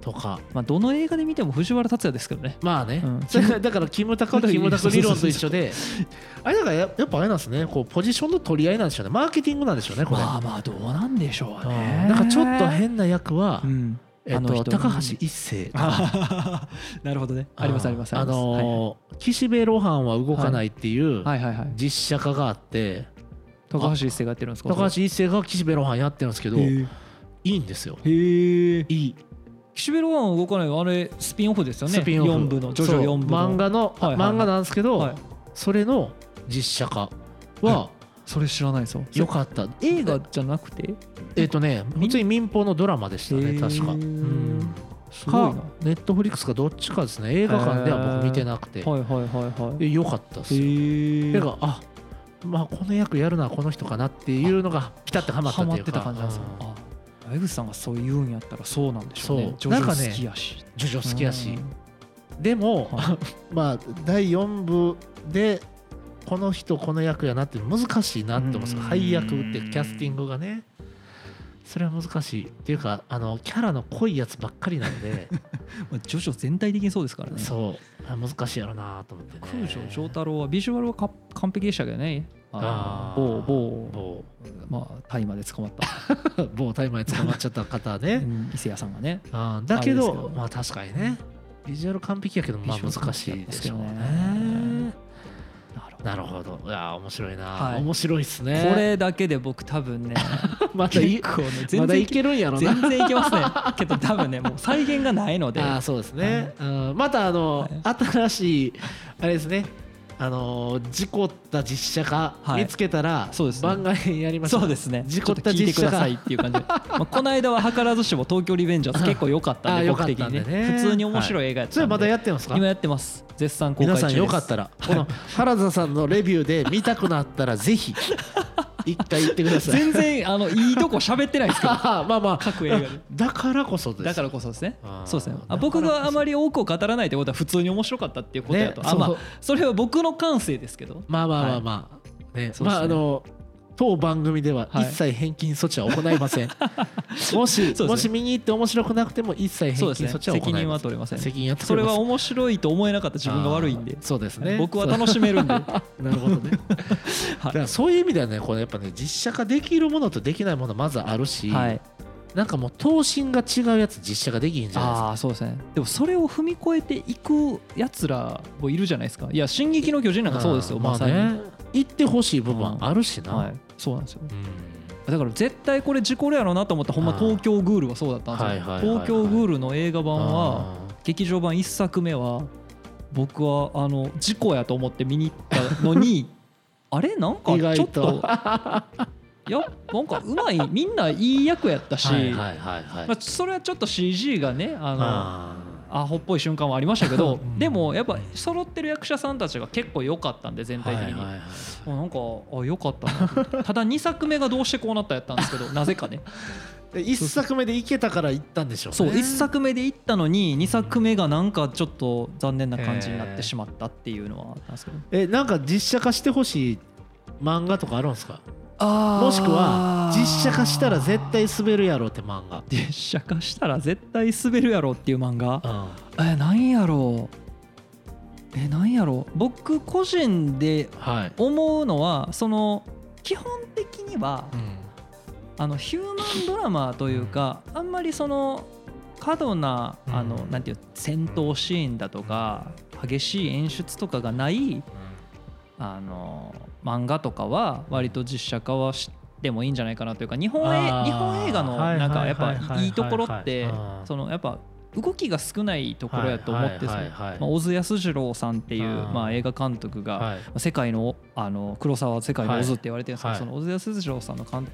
Speaker 1: とか
Speaker 2: まあどの映画で見ても藤原竜也ですけどね
Speaker 1: まあね、
Speaker 2: うん
Speaker 1: それがだからキムタ クはキムタク理論と一緒で
Speaker 2: う
Speaker 1: あれだからややっぱあれなんですねこうポジションの取り合いなんでしょうねマーケティングなんでしょうねこれ、
Speaker 2: まあまあどうなんでしょう
Speaker 1: う
Speaker 2: ね
Speaker 1: んなんかちょっと変な役は、
Speaker 2: うん
Speaker 1: えっ
Speaker 2: あの
Speaker 1: と
Speaker 2: 人
Speaker 1: 高橋一生
Speaker 2: あーなるほどねありますあります
Speaker 1: あ
Speaker 2: ります
Speaker 1: のー岸辺露伴は動かないっていう
Speaker 2: はいはいはいはい
Speaker 1: 実写化があって
Speaker 2: 高橋一生がやってるんですか
Speaker 1: 高橋一生が岸辺露伴やってるんですけどい
Speaker 2: へ
Speaker 1: いんですよ
Speaker 2: え
Speaker 1: いい
Speaker 2: 岸辺露伴は動かないあれスピンオフですよね
Speaker 1: スピンオフ
Speaker 2: 4部のジョジョ
Speaker 1: そう
Speaker 2: 4部の
Speaker 1: 漫画の
Speaker 2: はいはいはい
Speaker 1: 漫画なんですけ
Speaker 2: はい
Speaker 1: どそれの実写化は
Speaker 2: それ知らないですよ
Speaker 1: 良かった
Speaker 2: 映画じゃなくて
Speaker 1: えっとね普通に民放のドラマでした
Speaker 2: へ
Speaker 1: ね
Speaker 2: ー
Speaker 1: 確かうん
Speaker 2: すごいな
Speaker 1: かネットフリックスかどっちかですね映画館では僕見てなくて
Speaker 2: はいはいはいはい
Speaker 1: で良かったですよ
Speaker 2: へ
Speaker 1: てかあまあこの役やるのはこの人かなっていうのがピタッてはまった
Speaker 2: ハ
Speaker 1: って
Speaker 2: マっ
Speaker 1: いう
Speaker 2: て
Speaker 1: か
Speaker 2: た感じなんですよ
Speaker 1: うん
Speaker 2: あ江口さんがそう言うんやったらそうなんでしょうねジ
Speaker 1: そう
Speaker 2: ョ
Speaker 1: な
Speaker 2: ジ
Speaker 1: んかね
Speaker 2: ョ好きやし
Speaker 1: ジョジョ好きやし
Speaker 2: うん
Speaker 1: でも、
Speaker 2: は
Speaker 1: まあ第4部でこの人この役やなって難しいなって思うんですよ
Speaker 2: うん
Speaker 1: 配役ってキャスティングがねそれは難しいっていうかあのキャラの濃いやつばっかりなん で
Speaker 2: まあジョジョ全体的にそうですからね
Speaker 1: そうあ難しいやろなと思って、ね、
Speaker 2: 空城城太郎はビジュアルはか完璧でしたけどねあ
Speaker 1: あ
Speaker 2: の
Speaker 1: ー
Speaker 2: 某某
Speaker 1: 某
Speaker 2: まあ大麻で捕まった
Speaker 1: 某大麻に捕まっちゃった方
Speaker 2: う
Speaker 1: ね、
Speaker 2: ん伊勢屋さんがね
Speaker 1: うん、だけ
Speaker 2: あれですけ
Speaker 1: ど
Speaker 2: ど
Speaker 1: まあ確かにねビジュアル完璧やけどまあ
Speaker 2: ビジュアル
Speaker 1: 難しいでしょう
Speaker 2: 完璧やったですけど
Speaker 1: ね
Speaker 2: ねなるほど
Speaker 1: なるほどいや面白いな、
Speaker 2: はい
Speaker 1: 面白いっすね
Speaker 2: これだけで僕多分ね
Speaker 1: またい
Speaker 2: 結構ね
Speaker 1: ま
Speaker 2: 全
Speaker 1: だ
Speaker 2: 然
Speaker 1: い
Speaker 2: いけ
Speaker 1: けるんやろな
Speaker 2: 全然いけますねけど多分ねもう再現がないので
Speaker 1: あーそうですね、うん、またあの、新しいあれですねあの事故った実写化
Speaker 2: はい
Speaker 1: 見つけたら、
Speaker 2: そうですね
Speaker 1: 番外編やりましょう
Speaker 2: そうですね
Speaker 1: 事故っ
Speaker 2: ちょ
Speaker 1: た
Speaker 2: と聞いて
Speaker 1: 実写
Speaker 2: くだ
Speaker 1: 化
Speaker 2: さいっていう感じで、まあ、この間は図らずしも東京リベン ジャーズ結構良かったんで
Speaker 1: あー
Speaker 2: 僕的にね
Speaker 1: 良かったんでね
Speaker 2: 普通に面白い映画やったん
Speaker 1: そ
Speaker 2: で
Speaker 1: れまだやってますか
Speaker 2: 今やってます絶賛公開
Speaker 1: 皆
Speaker 2: 中です
Speaker 1: さんよかったらこの原田さんのレビューで見たくなったらぜ ひ一回言ってください
Speaker 2: 全然あのいいとこ喋ってない ですけ ど
Speaker 1: あーまあまあ
Speaker 2: 各映画で
Speaker 1: だからこそです
Speaker 2: だからこそですね
Speaker 1: あー
Speaker 2: そうですねあ
Speaker 1: だから
Speaker 2: 僕があまり多くを語らないってことは普通に面白かったっていうことやと、
Speaker 1: ね
Speaker 2: あまあ
Speaker 1: そう
Speaker 2: それは僕の感性ですけど
Speaker 1: まあまあまあまあ、ね
Speaker 2: そうですね
Speaker 1: まああの当番組では
Speaker 2: はい
Speaker 1: 一切返金措置は行いま せん、もし、
Speaker 2: すね
Speaker 1: もし見に行って面白くなくても一切返
Speaker 2: そう
Speaker 1: 金
Speaker 2: です
Speaker 1: 措
Speaker 2: ね
Speaker 1: 置は行
Speaker 2: 責
Speaker 1: いません
Speaker 2: 任は取れません
Speaker 1: 責任は
Speaker 2: そ
Speaker 1: 取れ
Speaker 2: れ
Speaker 1: ま
Speaker 2: は
Speaker 1: せん
Speaker 2: 面白いと思えなかった自分が悪いんで
Speaker 1: あーそうですね
Speaker 2: 僕は
Speaker 1: そう
Speaker 2: 楽しめるんで
Speaker 1: なるほど ねだからそういう意味ではねこれやっぱね実写化できるものとできないものまずあるし、
Speaker 2: はい
Speaker 1: なんかもう等身が違うやつ実写化できひんじゃないですか
Speaker 2: ああそうですねでもそれを踏み越えていくやつらもいるじゃないですかいや「進撃の巨人」なんかそうですよ
Speaker 1: んま
Speaker 2: ま
Speaker 1: あ
Speaker 2: さに、
Speaker 1: ね行ってほしい部分はあるしな、
Speaker 2: はいそうなんですよ
Speaker 1: うん
Speaker 2: だから絶対これ事故るやろうなと思ったらほんま
Speaker 1: あー
Speaker 2: 東京グールはそうだったんですよ、
Speaker 1: はいはいはいはい
Speaker 2: 東京グールの映画版は劇場版1作目は僕はあの事故やと思って見に行ったの にあれなんか
Speaker 1: 意
Speaker 2: ちょ
Speaker 1: 外
Speaker 2: っと
Speaker 1: と
Speaker 2: いやなんかうまいみんないい役やったし、
Speaker 1: はいはいはいはい、
Speaker 2: まあ、それはちょっと CG がねあの
Speaker 1: あ
Speaker 2: アホっぽい瞬間はありましたけど、
Speaker 1: うん
Speaker 2: でもやっぱ揃ってる役者さんたちが結構良かったんで全
Speaker 1: ー
Speaker 2: 体的に、
Speaker 1: はいはいはい
Speaker 2: あなんかあ良かったなただ2作目がどうしてこうなったやった んですけどなぜかね
Speaker 1: で一作目で行けたから行ったんでしょうね
Speaker 2: そう1作目で行ったのに2作目がなんかちょっと残念な感じになってしまったっていうのはあったんですけど
Speaker 1: えなんか実写化してほしい漫画とかあるんですかも
Speaker 2: も
Speaker 1: しくは実写化したら絶対滑るやろって漫画、
Speaker 2: 実写化したら絶対滑るやろっていう漫画
Speaker 1: うん、
Speaker 2: えなんやろうえなんやろう僕個人で
Speaker 1: はい、
Speaker 2: 思うのはその基本的には
Speaker 1: う
Speaker 2: あのヒューマンドラマというかあんまりその過度な
Speaker 1: うん
Speaker 2: あのなんていう戦闘シーンだとか激しい演出とかがないあの漫画とかは割と実写化はしてもいいんじゃないかなというか日本映
Speaker 1: あー
Speaker 2: 日本映画のなんか
Speaker 1: はい
Speaker 2: や
Speaker 1: はいはいは
Speaker 2: っ
Speaker 1: いはい
Speaker 2: ぱいいところって
Speaker 1: うん
Speaker 2: そのやっぱ動きが少ないところやと思ってそ
Speaker 1: はいは
Speaker 2: の
Speaker 1: いはいはい
Speaker 2: まあ小津安二郎さんっていう
Speaker 1: うん
Speaker 2: まあ映画監督
Speaker 1: ん
Speaker 2: が
Speaker 1: はい
Speaker 2: まあ世界のあの黒沢は世界のオズって言われてるんですけど
Speaker 1: はい
Speaker 2: その小津安二郎さんの監督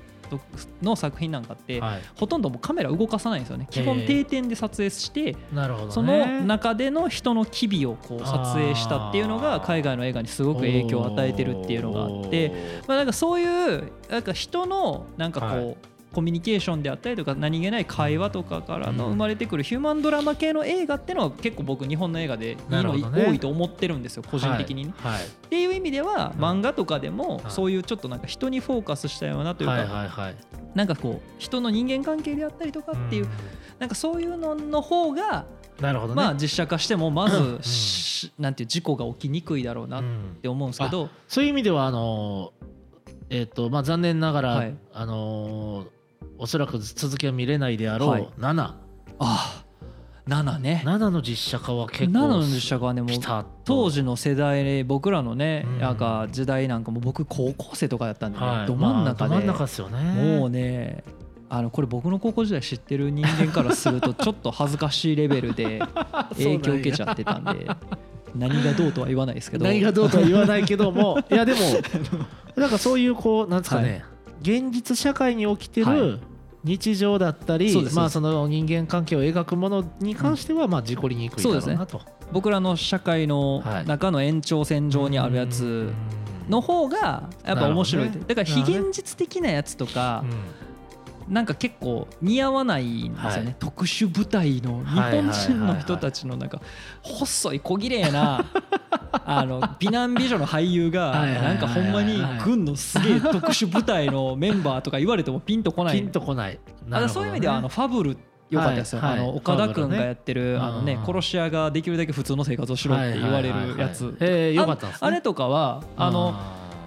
Speaker 2: の作品なんかって
Speaker 1: はい
Speaker 2: ほとんどもうカメラ動かさないんですよね基
Speaker 1: へ
Speaker 2: 本
Speaker 1: ー
Speaker 2: 定点で撮影して
Speaker 1: なるほど、ね、
Speaker 2: その中での人の機微をこう撮影したっていうの
Speaker 1: あ
Speaker 2: が
Speaker 1: ー
Speaker 2: 海外の映画にすごく影響を与えてるっていうのがあって、まあ、なんかそういうなんか人のなんかこう、
Speaker 1: は
Speaker 2: コミュニケーションであったりとか何気ない会話とかからの
Speaker 1: うん
Speaker 2: 生まれてくるヒューマンドラマ系の映画ってのは結構僕日本の映画でいい
Speaker 1: なる
Speaker 2: の
Speaker 1: ほどね
Speaker 2: 多いと思ってるんですよ個人的にね、
Speaker 1: はいはい
Speaker 2: っていう意味では
Speaker 1: うん
Speaker 2: 漫画とかでも
Speaker 1: はい
Speaker 2: そういうちょっとなんか人にフォーカスしたようなというか、
Speaker 1: はいはいはい
Speaker 2: なんかこう人の人間関係であったりとかっていう、
Speaker 1: ん
Speaker 2: なんかそういうのの方が
Speaker 1: なるほどね、
Speaker 2: まあ実写化してもま
Speaker 1: うん
Speaker 2: ずしなんていう事故が起きにくいだろうな
Speaker 1: う
Speaker 2: っ
Speaker 1: ん
Speaker 2: て思うんですけど
Speaker 1: そういう意味ではあのえっ、とまあ残念ながら、
Speaker 2: はい
Speaker 1: あのおそらく続きは見れないであろう、
Speaker 2: はい
Speaker 1: 7
Speaker 2: ああ7ね
Speaker 1: 7の実写化は結
Speaker 2: 7
Speaker 1: 構
Speaker 2: の実写化はねもう
Speaker 1: ピタッと
Speaker 2: 当時の世代で僕らのね
Speaker 1: うん
Speaker 2: なんか時代なんかもう僕高校生とかだったんでね
Speaker 1: はい
Speaker 2: ど真ん中
Speaker 1: まあど真ん
Speaker 2: で
Speaker 1: 中ですよね
Speaker 2: もうねあのこれ僕の高校時代知ってる人間からするとちょっと恥ずかしいレベル で影響受けちゃってたんで何がどうとは言わないですけど
Speaker 1: 何がどうとは言わないけど もいやでもなんかそういうこうなんですかね、現実社会に起きて
Speaker 2: は
Speaker 1: る日常だったり、
Speaker 2: そうです
Speaker 1: まあ
Speaker 2: そ
Speaker 1: その人間関係を描くものに関してはまあ事故りにくいだろうなと、
Speaker 2: 僕らの社会の中の延長線上にあるやつの方がやっぱ面白いって、
Speaker 1: なるほどね
Speaker 2: だから非現実的なやつとか
Speaker 1: うん、
Speaker 2: なんか結構似合わないんですよね、
Speaker 1: はい
Speaker 2: 特殊部隊の日本人の人たちのなんか細い小綺 麗なあの美男美女の俳優が
Speaker 1: はいはいはいは
Speaker 2: ないんかほんまに軍のすげえ特殊部隊のメンバーとか言われてもピンとこな
Speaker 1: ピ
Speaker 2: い
Speaker 1: ンとこない
Speaker 2: あそういう意味ではあのファブル良かったですよ、
Speaker 1: はいはい
Speaker 2: あの岡田
Speaker 1: ファブル
Speaker 2: 君
Speaker 1: ね
Speaker 2: がやってる、あのね
Speaker 1: うん
Speaker 2: 殺し屋ができるだけ普通の生活をしろって言われるやつ
Speaker 1: ええよかったですね
Speaker 2: ああれとかはあの、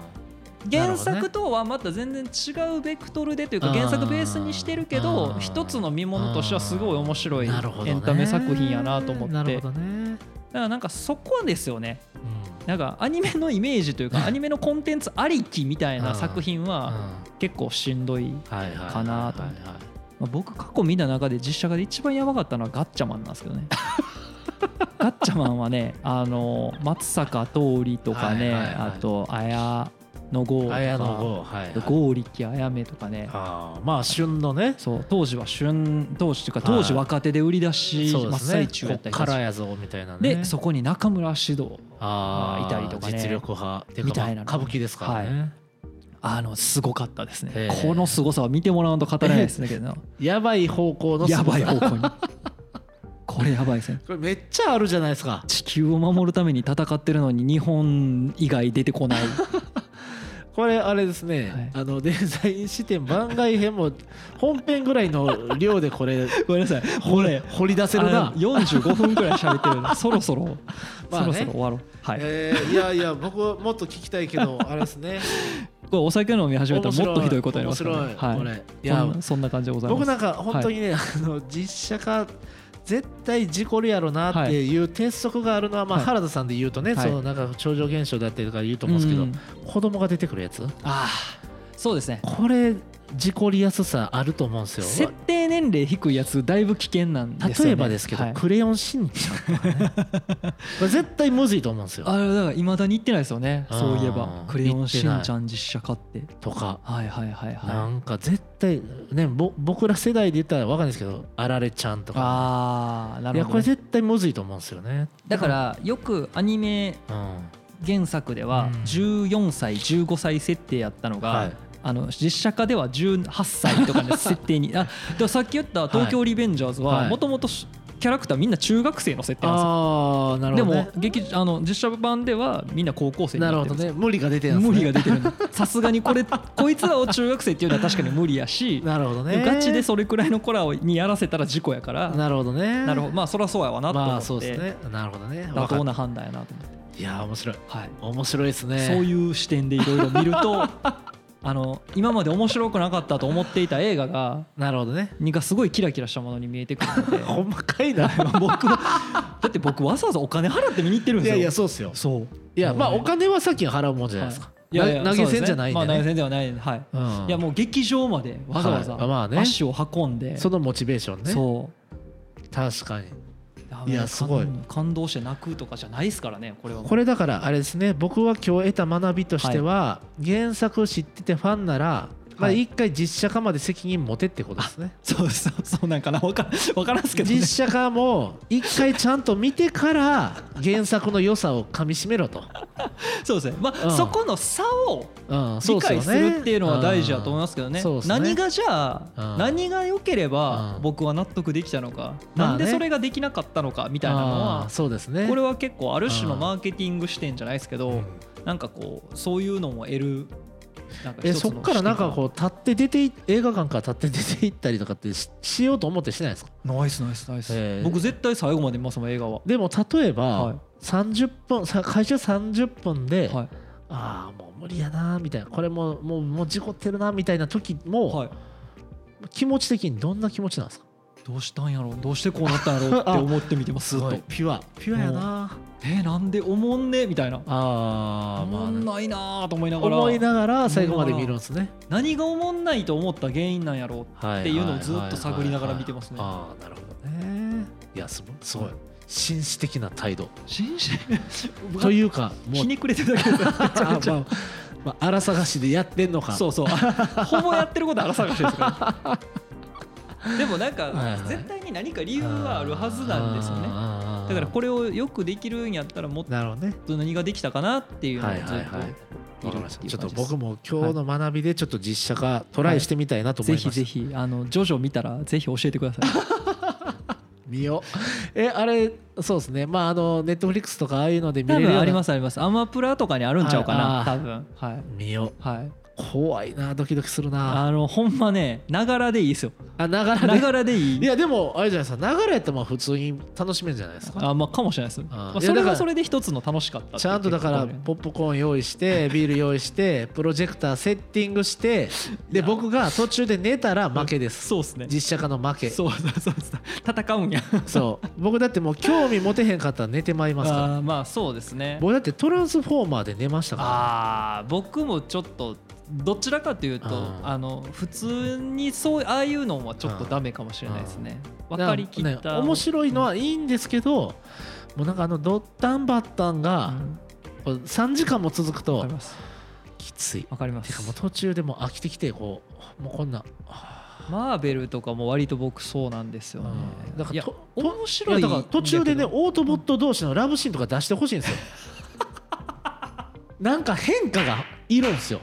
Speaker 1: なる
Speaker 2: 原
Speaker 1: ほどね
Speaker 2: 作とはまた全然違うベクトルでというか
Speaker 1: あー
Speaker 2: 原作ベースにしてるけ
Speaker 1: あ
Speaker 2: ど
Speaker 1: ー
Speaker 2: 一つの見物としてはすごい面白い
Speaker 1: なるほどね
Speaker 2: エンタメ作品やなと思
Speaker 1: な
Speaker 2: って
Speaker 1: る
Speaker 2: だ
Speaker 1: ほ
Speaker 2: か
Speaker 1: どね、
Speaker 2: らなんかそこですよね
Speaker 1: うん
Speaker 2: なんかアニメのイメージとい うかアニメのコンテンツありきみたいな作品は結構しんどい、
Speaker 1: はいはい
Speaker 2: かなと
Speaker 1: はい
Speaker 2: まあ僕過去見た中で実写化で一番やばかったのはガッチャマンなんですけど ねガッチャマンはねあの松坂桃李とかね
Speaker 1: はいはいはい
Speaker 2: あと綾野剛と
Speaker 1: はい綾野
Speaker 2: か
Speaker 1: 剛はいはい
Speaker 2: 剛力あやめとかね
Speaker 1: あーまあ旬のね
Speaker 2: そう当時は旬当時というか当時
Speaker 1: はい
Speaker 2: 若手で売り出し
Speaker 1: そう
Speaker 2: 真
Speaker 1: で
Speaker 2: っ
Speaker 1: すね
Speaker 2: 最中やったり
Speaker 1: こっからやぞみたいなね
Speaker 2: でそこに中村獅童
Speaker 1: あー
Speaker 2: いたりとかね
Speaker 1: 実力派っていうか
Speaker 2: みたいなの
Speaker 1: まあ歌舞伎ですからね、
Speaker 2: あのすごかったです
Speaker 1: へ
Speaker 2: ね
Speaker 1: ー
Speaker 2: このすごさは見てもらわんと語れないですね けど
Speaker 1: やばい方向の
Speaker 2: やばい
Speaker 1: こ
Speaker 2: 方向に これやばいですね
Speaker 1: れめっちゃあるじゃないですか
Speaker 2: 地球を守るために戦ってるのに日本以外出 てこない
Speaker 1: これあれですね、
Speaker 2: はい
Speaker 1: あのデザイン視点番外編も本編ぐらいの量でこれ
Speaker 2: ごめんなさいこれ
Speaker 1: 掘り出せるな、
Speaker 2: 45分くらい喋って るんでそろそろ、
Speaker 1: まあね
Speaker 2: そろそろ終わろうはい、
Speaker 1: えーいやいや僕はもっと聞きたいけどあれです ね
Speaker 2: これお酒飲み始めた
Speaker 1: 面
Speaker 2: ら
Speaker 1: 白
Speaker 2: もっとひどいことになりますからね
Speaker 1: 面白い、こ
Speaker 2: はい
Speaker 1: れいや
Speaker 2: そんなそんな感じでございます
Speaker 1: 僕なんか本当にね、あの実写化絶対事故るやろなっていう鉄則があるのは、まあ、
Speaker 2: はい
Speaker 1: 原田さんで言うとね、
Speaker 2: はい
Speaker 1: そのなんか超常現象だったりとか言うと思うんですけど、
Speaker 2: うん
Speaker 1: 子供が出てくるやつ
Speaker 2: ああそうですね
Speaker 1: これ事故りやすさあると思うんです
Speaker 2: 設
Speaker 1: よ
Speaker 2: 定年齢低いやつだいぶ危険なんですよ、
Speaker 1: 例
Speaker 2: ね、
Speaker 1: えばですけど「
Speaker 2: はい
Speaker 1: クレヨンしんちゃん」とか ねこれ絶対むずいと思うんですよ
Speaker 2: あれだからいまだに言ってないですよね
Speaker 1: あー
Speaker 2: そういえば「クレヨンしんち
Speaker 1: 言
Speaker 2: ゃん実写化」って
Speaker 1: とか
Speaker 2: はいはいはいはい
Speaker 1: な
Speaker 2: あ
Speaker 1: んか絶対ねぼ僕ら世代で言ったらわかんないですけど「あられちゃん」とか
Speaker 2: あーないる
Speaker 1: や
Speaker 2: ほ
Speaker 1: こ
Speaker 2: ど
Speaker 1: れ
Speaker 2: ね、
Speaker 1: 絶対むずいと思うんですよね
Speaker 2: だからよくアニメ
Speaker 1: うん
Speaker 2: 原作では
Speaker 1: うん
Speaker 2: 14歳15歳設定やったのが、
Speaker 1: はい
Speaker 2: あの実写化では18歳とかの設定にあでもさっき言った「東京リベンジャーズ」
Speaker 1: は
Speaker 2: はいもともとキャラクターみんな中学生の設定なんですよ
Speaker 1: ああなる
Speaker 2: で
Speaker 1: ほど、
Speaker 2: も
Speaker 1: ね、
Speaker 2: 劇あの実写版ではみんな高校生に
Speaker 1: なる
Speaker 2: なっ
Speaker 1: ほ
Speaker 2: てる
Speaker 1: ど
Speaker 2: んです
Speaker 1: ね無理が出てるんです
Speaker 2: 無
Speaker 1: ね
Speaker 2: 理が出てるんださすがに これこいつらを中学生っていうのは確かに無理やし
Speaker 1: なるほどね
Speaker 2: ガチでそれくらいの子らにやらせたら事故やから
Speaker 1: なるほどね
Speaker 2: なるほどまあそりゃそうやわなと
Speaker 1: ま
Speaker 2: 思
Speaker 1: あそ
Speaker 2: っ
Speaker 1: うで
Speaker 2: て
Speaker 1: すねなるほどね
Speaker 2: 妥当
Speaker 1: な
Speaker 2: な判断やなと思って
Speaker 1: いやー面白い
Speaker 2: はい
Speaker 1: 面白いですね
Speaker 2: そういう視点でいろいろ見ると あの今まで面白くなかったと思っていた映画が
Speaker 1: なるほど ね
Speaker 2: にがすごいキラキラしたものに見えてくるので
Speaker 1: ほんまかいな
Speaker 2: 僕だって僕わざわざお金払って見に行ってるん
Speaker 1: い
Speaker 2: です
Speaker 1: や
Speaker 2: よ
Speaker 1: いや そうっすよ
Speaker 2: そう
Speaker 1: いやまあ
Speaker 2: もう
Speaker 1: お
Speaker 2: ね
Speaker 1: 金はさっき払うもんじゃないですか、
Speaker 2: いやいや
Speaker 1: な投げ銭じゃないんで
Speaker 2: そうですねまあ、投げ
Speaker 1: ね、
Speaker 2: 銭ではないんではい、
Speaker 1: うん
Speaker 2: いやもう劇場までわざわざ
Speaker 1: はいまあね
Speaker 2: 足を運んで、
Speaker 1: そのモチベーションね
Speaker 2: そ
Speaker 1: 確かに
Speaker 2: う
Speaker 1: いやすごい
Speaker 2: 感感動して泣くとかじゃないですからねこれは
Speaker 1: これだからあれですね僕は今日得た学びとしては、原作を知っててファンなら、まあ、
Speaker 2: はい
Speaker 1: 一回実写化まで責任持てってことですね
Speaker 2: そうそうそうなんかなわからわからんすけど、ね、
Speaker 1: 実写化も一回ちゃんと見てから原作の良さをかみしめろと、
Speaker 2: そうですねまあ、
Speaker 1: うん
Speaker 2: そこの差を
Speaker 1: うん、そ
Speaker 2: 理
Speaker 1: うすよ
Speaker 2: 解
Speaker 1: ね
Speaker 2: するっていうのは大事だと思いますけどね,、
Speaker 1: うんそうっすね
Speaker 2: 何がじゃあ、
Speaker 1: うん
Speaker 2: 何が良ければ
Speaker 1: うん
Speaker 2: 僕は納得できたのか、
Speaker 1: まあね
Speaker 2: なんでそれができなかったのかみ
Speaker 1: み
Speaker 2: たいなのは、
Speaker 1: そうですね
Speaker 2: これは結構ある種の
Speaker 1: うん
Speaker 2: マーケティング視点じゃないですけど、
Speaker 1: うん
Speaker 2: なんかこうそういうのも得るなんか
Speaker 1: え
Speaker 2: 一つ
Speaker 1: そ
Speaker 2: の
Speaker 1: っからなんかこ
Speaker 2: う
Speaker 1: う立って出てい映画館から立って出て行ったりとかってししようと思ってしないですか
Speaker 2: ナイスナイスナイス、
Speaker 1: えー
Speaker 2: 僕絶対最後まで見ますもん映画は
Speaker 1: でも例え
Speaker 2: はい
Speaker 1: ば30分さ会社30分で、
Speaker 2: はい
Speaker 1: ああもう無理やなみたいなこれもうもうもう事故ってるなみたいな時も、
Speaker 2: はい
Speaker 1: 気持ち的にどんな気持ちなんですか
Speaker 2: どうしたんやろうどうしてこうなったんやろうって思って見て ますずっと
Speaker 1: ピュアピュアやな
Speaker 2: えーなんでおもんねみたいな
Speaker 1: あ
Speaker 2: おもんないなーと思いながら
Speaker 1: 思いながら最後まで見るんですね
Speaker 2: 何がおもんないと思った原因なんやろ
Speaker 1: はい
Speaker 2: っていうのをずっと探りながら見てますね
Speaker 1: ああなるほどねいやすごいすごい紳士的な態度
Speaker 2: う信 じ
Speaker 1: というかも
Speaker 2: ひ
Speaker 1: う
Speaker 2: ねくれてるだけで す
Speaker 1: あまあまあ荒探しでやってんのか
Speaker 2: そうそうほぼやってることあら探しです からでもなん
Speaker 1: はい
Speaker 2: か
Speaker 1: はい
Speaker 2: 絶対に何か理由はあるはずなんですよね
Speaker 1: ね
Speaker 2: だからこれをよくできるんやったらもっ
Speaker 1: なるほどね
Speaker 2: と何ができたかなっていうのを
Speaker 1: は
Speaker 2: ず
Speaker 1: い
Speaker 2: っ
Speaker 1: はいはい
Speaker 2: と
Speaker 1: わかり
Speaker 2: 見るっ
Speaker 1: ましてた
Speaker 2: いう
Speaker 1: ちょっと
Speaker 2: 感じです
Speaker 1: 僕も今日の学びでちょっと実写化トライしてみたいなと思い
Speaker 2: ぜ
Speaker 1: ました、
Speaker 2: ひぜひあの徐々見たらぜひ教えてくださ い
Speaker 1: 見よう えあれそうですねまああのネットフリックスとかああいうので見
Speaker 2: 多
Speaker 1: れるよう
Speaker 2: 分
Speaker 1: な
Speaker 2: ありますありますアマプラとかにあるんちゃうか
Speaker 1: はいあ
Speaker 2: な
Speaker 1: ー
Speaker 2: 多分はい
Speaker 1: 見よう
Speaker 2: はい
Speaker 1: 怖いなドキドキするな
Speaker 2: あのほんまねながらでいいですよ
Speaker 1: あながら
Speaker 2: な
Speaker 1: で
Speaker 2: がらで
Speaker 1: い
Speaker 2: いい
Speaker 1: やでもあれじゃないですか流れやったらまあ普通に楽しめるんじゃないですか
Speaker 2: あまあかもしれないです、まあ、
Speaker 1: いや
Speaker 2: そ
Speaker 1: だ
Speaker 2: れ
Speaker 1: から
Speaker 2: はそれで一つの楽しかったっていう
Speaker 1: ちゃんとだから
Speaker 2: 結構ね
Speaker 1: ポップコーン用意 してビール用意してプロジェクターセッティングしてで僕が途中で寝たら負けです
Speaker 2: そうですね
Speaker 1: 実写化の負け
Speaker 2: そうそうそうそう戦うんや
Speaker 1: そう僕だってもう興味持てへんかったら寝てまいりますか
Speaker 2: あーまあそうですね
Speaker 1: ら僕だってトランスフォーマーで寝ましたか
Speaker 2: あー僕もちょっとどちらかというと
Speaker 1: うん
Speaker 2: あの普通にそうああいうのはちょっとダメかもしれないですね
Speaker 1: ら
Speaker 2: 分かりきっ
Speaker 1: だから
Speaker 2: た
Speaker 1: ね面白いのはいいんですけどもうなんかあのドッタンバッタン
Speaker 2: う
Speaker 1: が
Speaker 2: ん
Speaker 1: こう3時間も続く
Speaker 2: わ
Speaker 1: と
Speaker 2: かります
Speaker 1: きつい
Speaker 2: わかりま
Speaker 1: てか
Speaker 2: す
Speaker 1: もう途中でもう飽きてきてこうもうこんな
Speaker 2: マーベルとかも割と僕そうなんですよね
Speaker 1: うんだから
Speaker 2: いや
Speaker 1: と
Speaker 2: 面
Speaker 1: い
Speaker 2: 白
Speaker 1: や
Speaker 2: い
Speaker 1: だから途中でね
Speaker 2: んだけど
Speaker 1: オートボット同士のラブシーンとか出してほしい んですよなんか変化がいるんですよ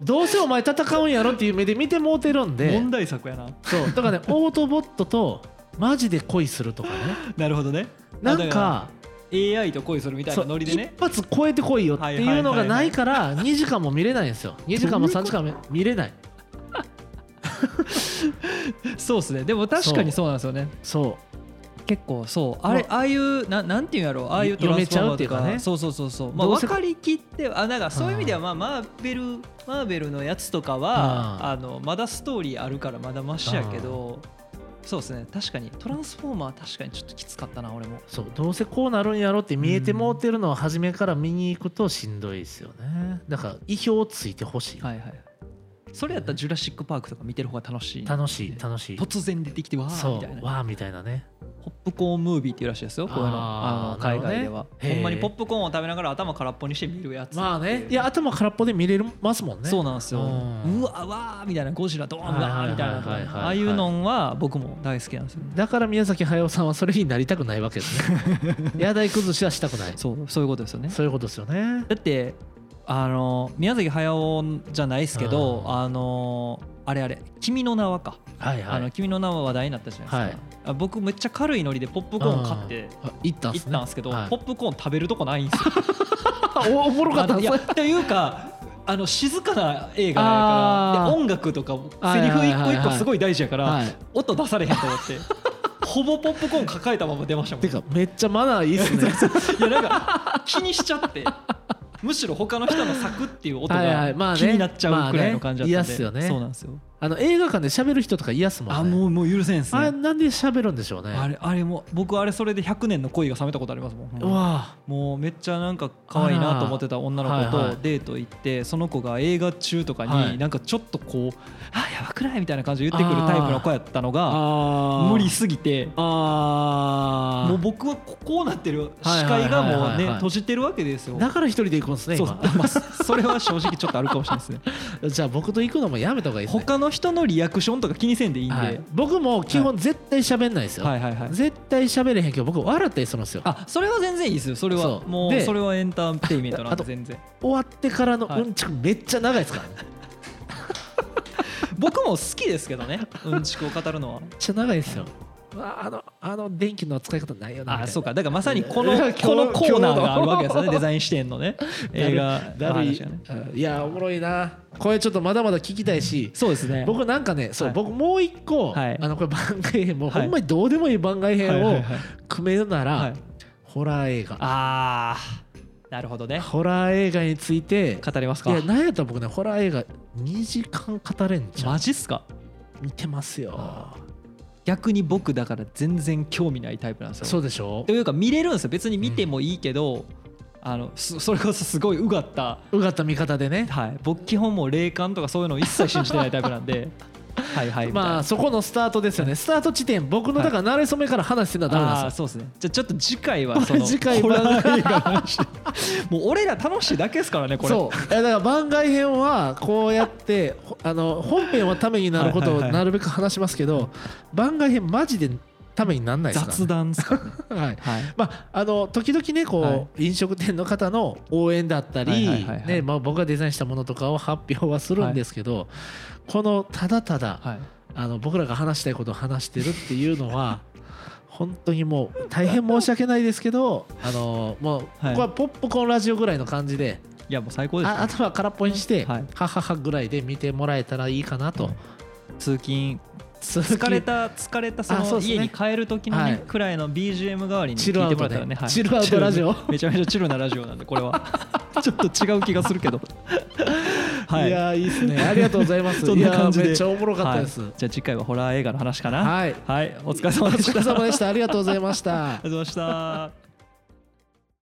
Speaker 1: どうせお前戦うんやろっていう目で見てもうてるんで
Speaker 2: 問題作やな
Speaker 1: そうだからねオートボットとマジで恋するとかね
Speaker 2: なるほどね
Speaker 1: な
Speaker 2: あ
Speaker 1: ん
Speaker 2: だら
Speaker 1: か
Speaker 2: AI と恋するみたい
Speaker 1: そ
Speaker 2: な
Speaker 1: う
Speaker 2: ノリで
Speaker 1: 一
Speaker 2: ね
Speaker 1: 発超えてこいよっていうのがないから2時間も見れないんですよ2時間も3時間も見れない
Speaker 2: そうですねでも確かにそうなんですよね
Speaker 1: そ
Speaker 2: 結構そうあれ
Speaker 1: ま
Speaker 2: ああいうななんていうんやろうああいうトラ
Speaker 1: 読め
Speaker 2: ンスフォーマーと
Speaker 1: ちゃうっていうか
Speaker 2: か
Speaker 1: ね
Speaker 2: そうそうそうそうまあ
Speaker 1: どう
Speaker 2: 分
Speaker 1: せ
Speaker 2: かりきってあなんかそういう意味ではまあマーベルマーベルのやつとかは
Speaker 1: うん
Speaker 2: あのまだストーリーあるからまだマシやけどそうですね確かにトランスフォーマー確かにちょっときつかったな俺も
Speaker 1: うそうどうせこうなるんやろって見えてもうてるのを初めから見に行くとしんどいですよねだから意表をついてほしい
Speaker 2: はいはいそれやったらジュラシック・パークとか見てる方が楽しい
Speaker 1: 楽しい楽しい
Speaker 2: 突然出てきてわー
Speaker 1: そ
Speaker 2: みたいな
Speaker 1: うわあみたいなね
Speaker 2: ポップコーンムービーっていうらしいですよこういうの
Speaker 1: あ
Speaker 2: あ
Speaker 1: ー
Speaker 2: の
Speaker 1: なる
Speaker 2: 海
Speaker 1: ほどね
Speaker 2: 外では
Speaker 1: へー
Speaker 2: ほんまにポップコーンを食べながら頭空っぽにして見るやつ
Speaker 1: まあね
Speaker 2: って
Speaker 1: いや頭空っぽで見れますもんね
Speaker 2: そうなんですよ
Speaker 1: うん
Speaker 2: うわわーみたいなゴジラドーン
Speaker 1: はいはいはい
Speaker 2: わーみたいなとか
Speaker 1: はい
Speaker 2: ね
Speaker 1: はいはい
Speaker 2: ああいうのは僕も大好きなんですよね
Speaker 1: だから宮崎駿さんはそれになりたくないわけです ねやだい崩しはしたくない
Speaker 2: そうそういうことですよね
Speaker 1: そういうことですよね
Speaker 2: だってあの宮崎駿じゃないですけど
Speaker 1: うん
Speaker 2: あのあれあれ「君の名はか」
Speaker 1: はいは
Speaker 2: あの
Speaker 1: い
Speaker 2: 君の名は話題になったじゃないですか、あ僕めっちゃ軽いノリでポップコーン買って
Speaker 1: あ行ったん
Speaker 2: 行
Speaker 1: す
Speaker 2: った
Speaker 1: ね
Speaker 2: んですけど、
Speaker 1: はい
Speaker 2: ポップコーン食べるとこないんですよ。
Speaker 1: あおおもろかったん
Speaker 2: い
Speaker 1: す
Speaker 2: や
Speaker 1: ね
Speaker 2: っていうかあの静かな映画やから
Speaker 1: あー
Speaker 2: で音楽とか
Speaker 1: はい
Speaker 2: セ
Speaker 1: は
Speaker 2: リ
Speaker 1: い
Speaker 2: フ
Speaker 1: はいは
Speaker 2: 一
Speaker 1: い
Speaker 2: 個一個すごい大事やから、
Speaker 1: はい
Speaker 2: 音出されへんと 思ってほぼポップコーン抱えたまま出ましたもん
Speaker 1: てかめっちゃマナーいいっすね
Speaker 2: いやなんか気にしちゃってむしろ他の人のサクっていう音
Speaker 1: はいはいまあ
Speaker 2: が
Speaker 1: ね
Speaker 2: 気になっちゃうくらいの感じ
Speaker 1: ま
Speaker 2: だったんで、
Speaker 1: あね嫌っすよね
Speaker 2: そうなんですよ
Speaker 1: あの映画館で喋る人とか嫌っすもんね
Speaker 2: あもうもう許せんっす
Speaker 1: あれ
Speaker 2: ね
Speaker 1: なんで喋るんでしょうね
Speaker 2: あれあれも僕あれそれで100年の恋が冷めたことありますもんほんま
Speaker 1: うわ
Speaker 2: もうめっちゃなんか可愛いなと思ってた女の子
Speaker 1: あらはいはい
Speaker 2: とデート行ってその子が映画中とか
Speaker 1: は
Speaker 2: に
Speaker 1: い
Speaker 2: なんかちょっとこう「あやばくない?」みたいな感じで言ってくるタイプの子やったのが
Speaker 1: あ
Speaker 2: 無理すぎて
Speaker 1: あ
Speaker 2: も
Speaker 1: ー
Speaker 2: う僕はここうなってる
Speaker 1: はい
Speaker 2: 視
Speaker 1: はい
Speaker 2: 界がもう
Speaker 1: はいはい
Speaker 2: ね
Speaker 1: はい
Speaker 2: 閉じてるわけですよ。
Speaker 1: だから一人で行くんですね
Speaker 2: そう
Speaker 1: 今
Speaker 2: まあそれは正直ちょっとあるかもし れないですね。
Speaker 1: じゃあ僕と行くのもやめた方がいいですね
Speaker 2: 他の人のリアクションとか気にせんでいいんで、は
Speaker 1: はいい、僕も基本絶対喋んないですよ、
Speaker 2: はいはい
Speaker 1: 絶対喋れへんけど僕笑ったりするんですよ
Speaker 2: あそれは全然いいですよそれは
Speaker 1: そう
Speaker 2: もう
Speaker 1: で
Speaker 2: それはエンターテインメントなん
Speaker 1: あ
Speaker 2: で
Speaker 1: と
Speaker 2: 全然
Speaker 1: 終わってからの
Speaker 2: はい
Speaker 1: うんちくめっちゃ長いですか らね、めっ
Speaker 2: 僕も好きですけどねうんちくを語るのは
Speaker 1: ちゃ長いですようわあのあの電気の使い方ないよなみたいな
Speaker 2: あそうかだからまさにこ
Speaker 1: い
Speaker 2: の
Speaker 1: や
Speaker 2: この
Speaker 1: 今日
Speaker 2: コーナーがあるわけです
Speaker 1: 今
Speaker 2: よ
Speaker 1: 日
Speaker 2: ね
Speaker 1: の
Speaker 2: デザイン視点の ね映画
Speaker 1: だ
Speaker 2: の
Speaker 1: るい
Speaker 2: 話がね
Speaker 1: うんいやおもろいなこれちょっとまだまだ聞きたいし
Speaker 2: そうですね
Speaker 1: 僕なんかねそう、
Speaker 2: はい
Speaker 1: 僕もう一個、
Speaker 2: はい
Speaker 1: あのこれ番外編もう
Speaker 2: はい
Speaker 1: ほんまにどうでもいい番外
Speaker 2: はい
Speaker 1: 編
Speaker 2: はい
Speaker 1: を
Speaker 2: はい
Speaker 1: 組めるなら、
Speaker 2: はい
Speaker 1: ホラー映画
Speaker 2: あーなるほどね
Speaker 1: ホラー映画について
Speaker 2: 語ります
Speaker 1: い
Speaker 2: か
Speaker 1: やなんやったら僕ねホラー映画2時間語れんじゃん
Speaker 2: マジっすか
Speaker 1: 見てますよ
Speaker 2: あ逆に僕だから全然興味ないタイプなんですよ
Speaker 1: そうでしょ
Speaker 2: というか見れるんですよ別に見てもいいけど、あのそそれこそすごいうがった、
Speaker 1: うがった見方でね
Speaker 2: はい、僕基本もう霊感とかそういうのを一切信じてないタイプなん ではいはいみたいな
Speaker 1: まあそこのスタートですよねスタート地点僕のだから慣れ初めから話してんのはダメなん
Speaker 2: あー
Speaker 1: です
Speaker 2: そうですねじゃあちょっと次 回はその
Speaker 1: 次回
Speaker 2: ホ
Speaker 1: は
Speaker 2: ラー映画の話 もう俺ら楽しいだけですからねこ
Speaker 1: よ
Speaker 2: れ
Speaker 1: そういやだから番外編はこうやってほあの本編はためになることを
Speaker 2: はいはいはい
Speaker 1: なるべく話しますけど番外編マジでためになんないですから
Speaker 2: 雑談ですからね
Speaker 1: ね はい
Speaker 2: はい
Speaker 1: まあ、あの時々ねこう、
Speaker 2: はい
Speaker 1: 飲食店の方の応援だった
Speaker 2: はい
Speaker 1: り
Speaker 2: はいはいはい
Speaker 1: ねまあ僕がデザインしたものとかを発表はするんですけど、このただただ
Speaker 2: はい
Speaker 1: あの僕らが話したいことを話してるっていうのは本当にもう大変申し訳ないですけどあのもうこ
Speaker 2: はい
Speaker 1: こはポップコーンラジオぐらいの感じで、
Speaker 2: いやもう最高です
Speaker 1: あ
Speaker 2: ね
Speaker 1: 頭空っぽにして、
Speaker 2: はい
Speaker 1: はははぐらいで見てもらえたらいいかなと。
Speaker 2: 通勤
Speaker 1: 続き
Speaker 2: 疲れた疲れたそ
Speaker 1: あそ
Speaker 2: の
Speaker 1: うですね
Speaker 2: 家に帰る時のね
Speaker 1: はい
Speaker 2: くらいの BGM 代わりに聞
Speaker 1: チ
Speaker 2: い
Speaker 1: ルア
Speaker 2: て
Speaker 1: ウ
Speaker 2: もら
Speaker 1: トで
Speaker 2: ったらねはい
Speaker 1: チルアウトラジオ、
Speaker 2: チルめちゃめちゃチルなラジオなんでこれはちょっと違う気がするけどはい
Speaker 1: やーいいですねありがとうございます
Speaker 2: そんな感じ
Speaker 1: いやー
Speaker 2: で
Speaker 1: めっちゃおもろかったです、
Speaker 2: はいじゃあ次回はホラー映画の話かな
Speaker 1: はい
Speaker 2: はいお疲れ様で
Speaker 1: お
Speaker 2: し
Speaker 1: 疲
Speaker 2: た
Speaker 1: れ
Speaker 2: あり
Speaker 1: 様
Speaker 2: がとう
Speaker 1: でしたありがとうございました
Speaker 2: ございました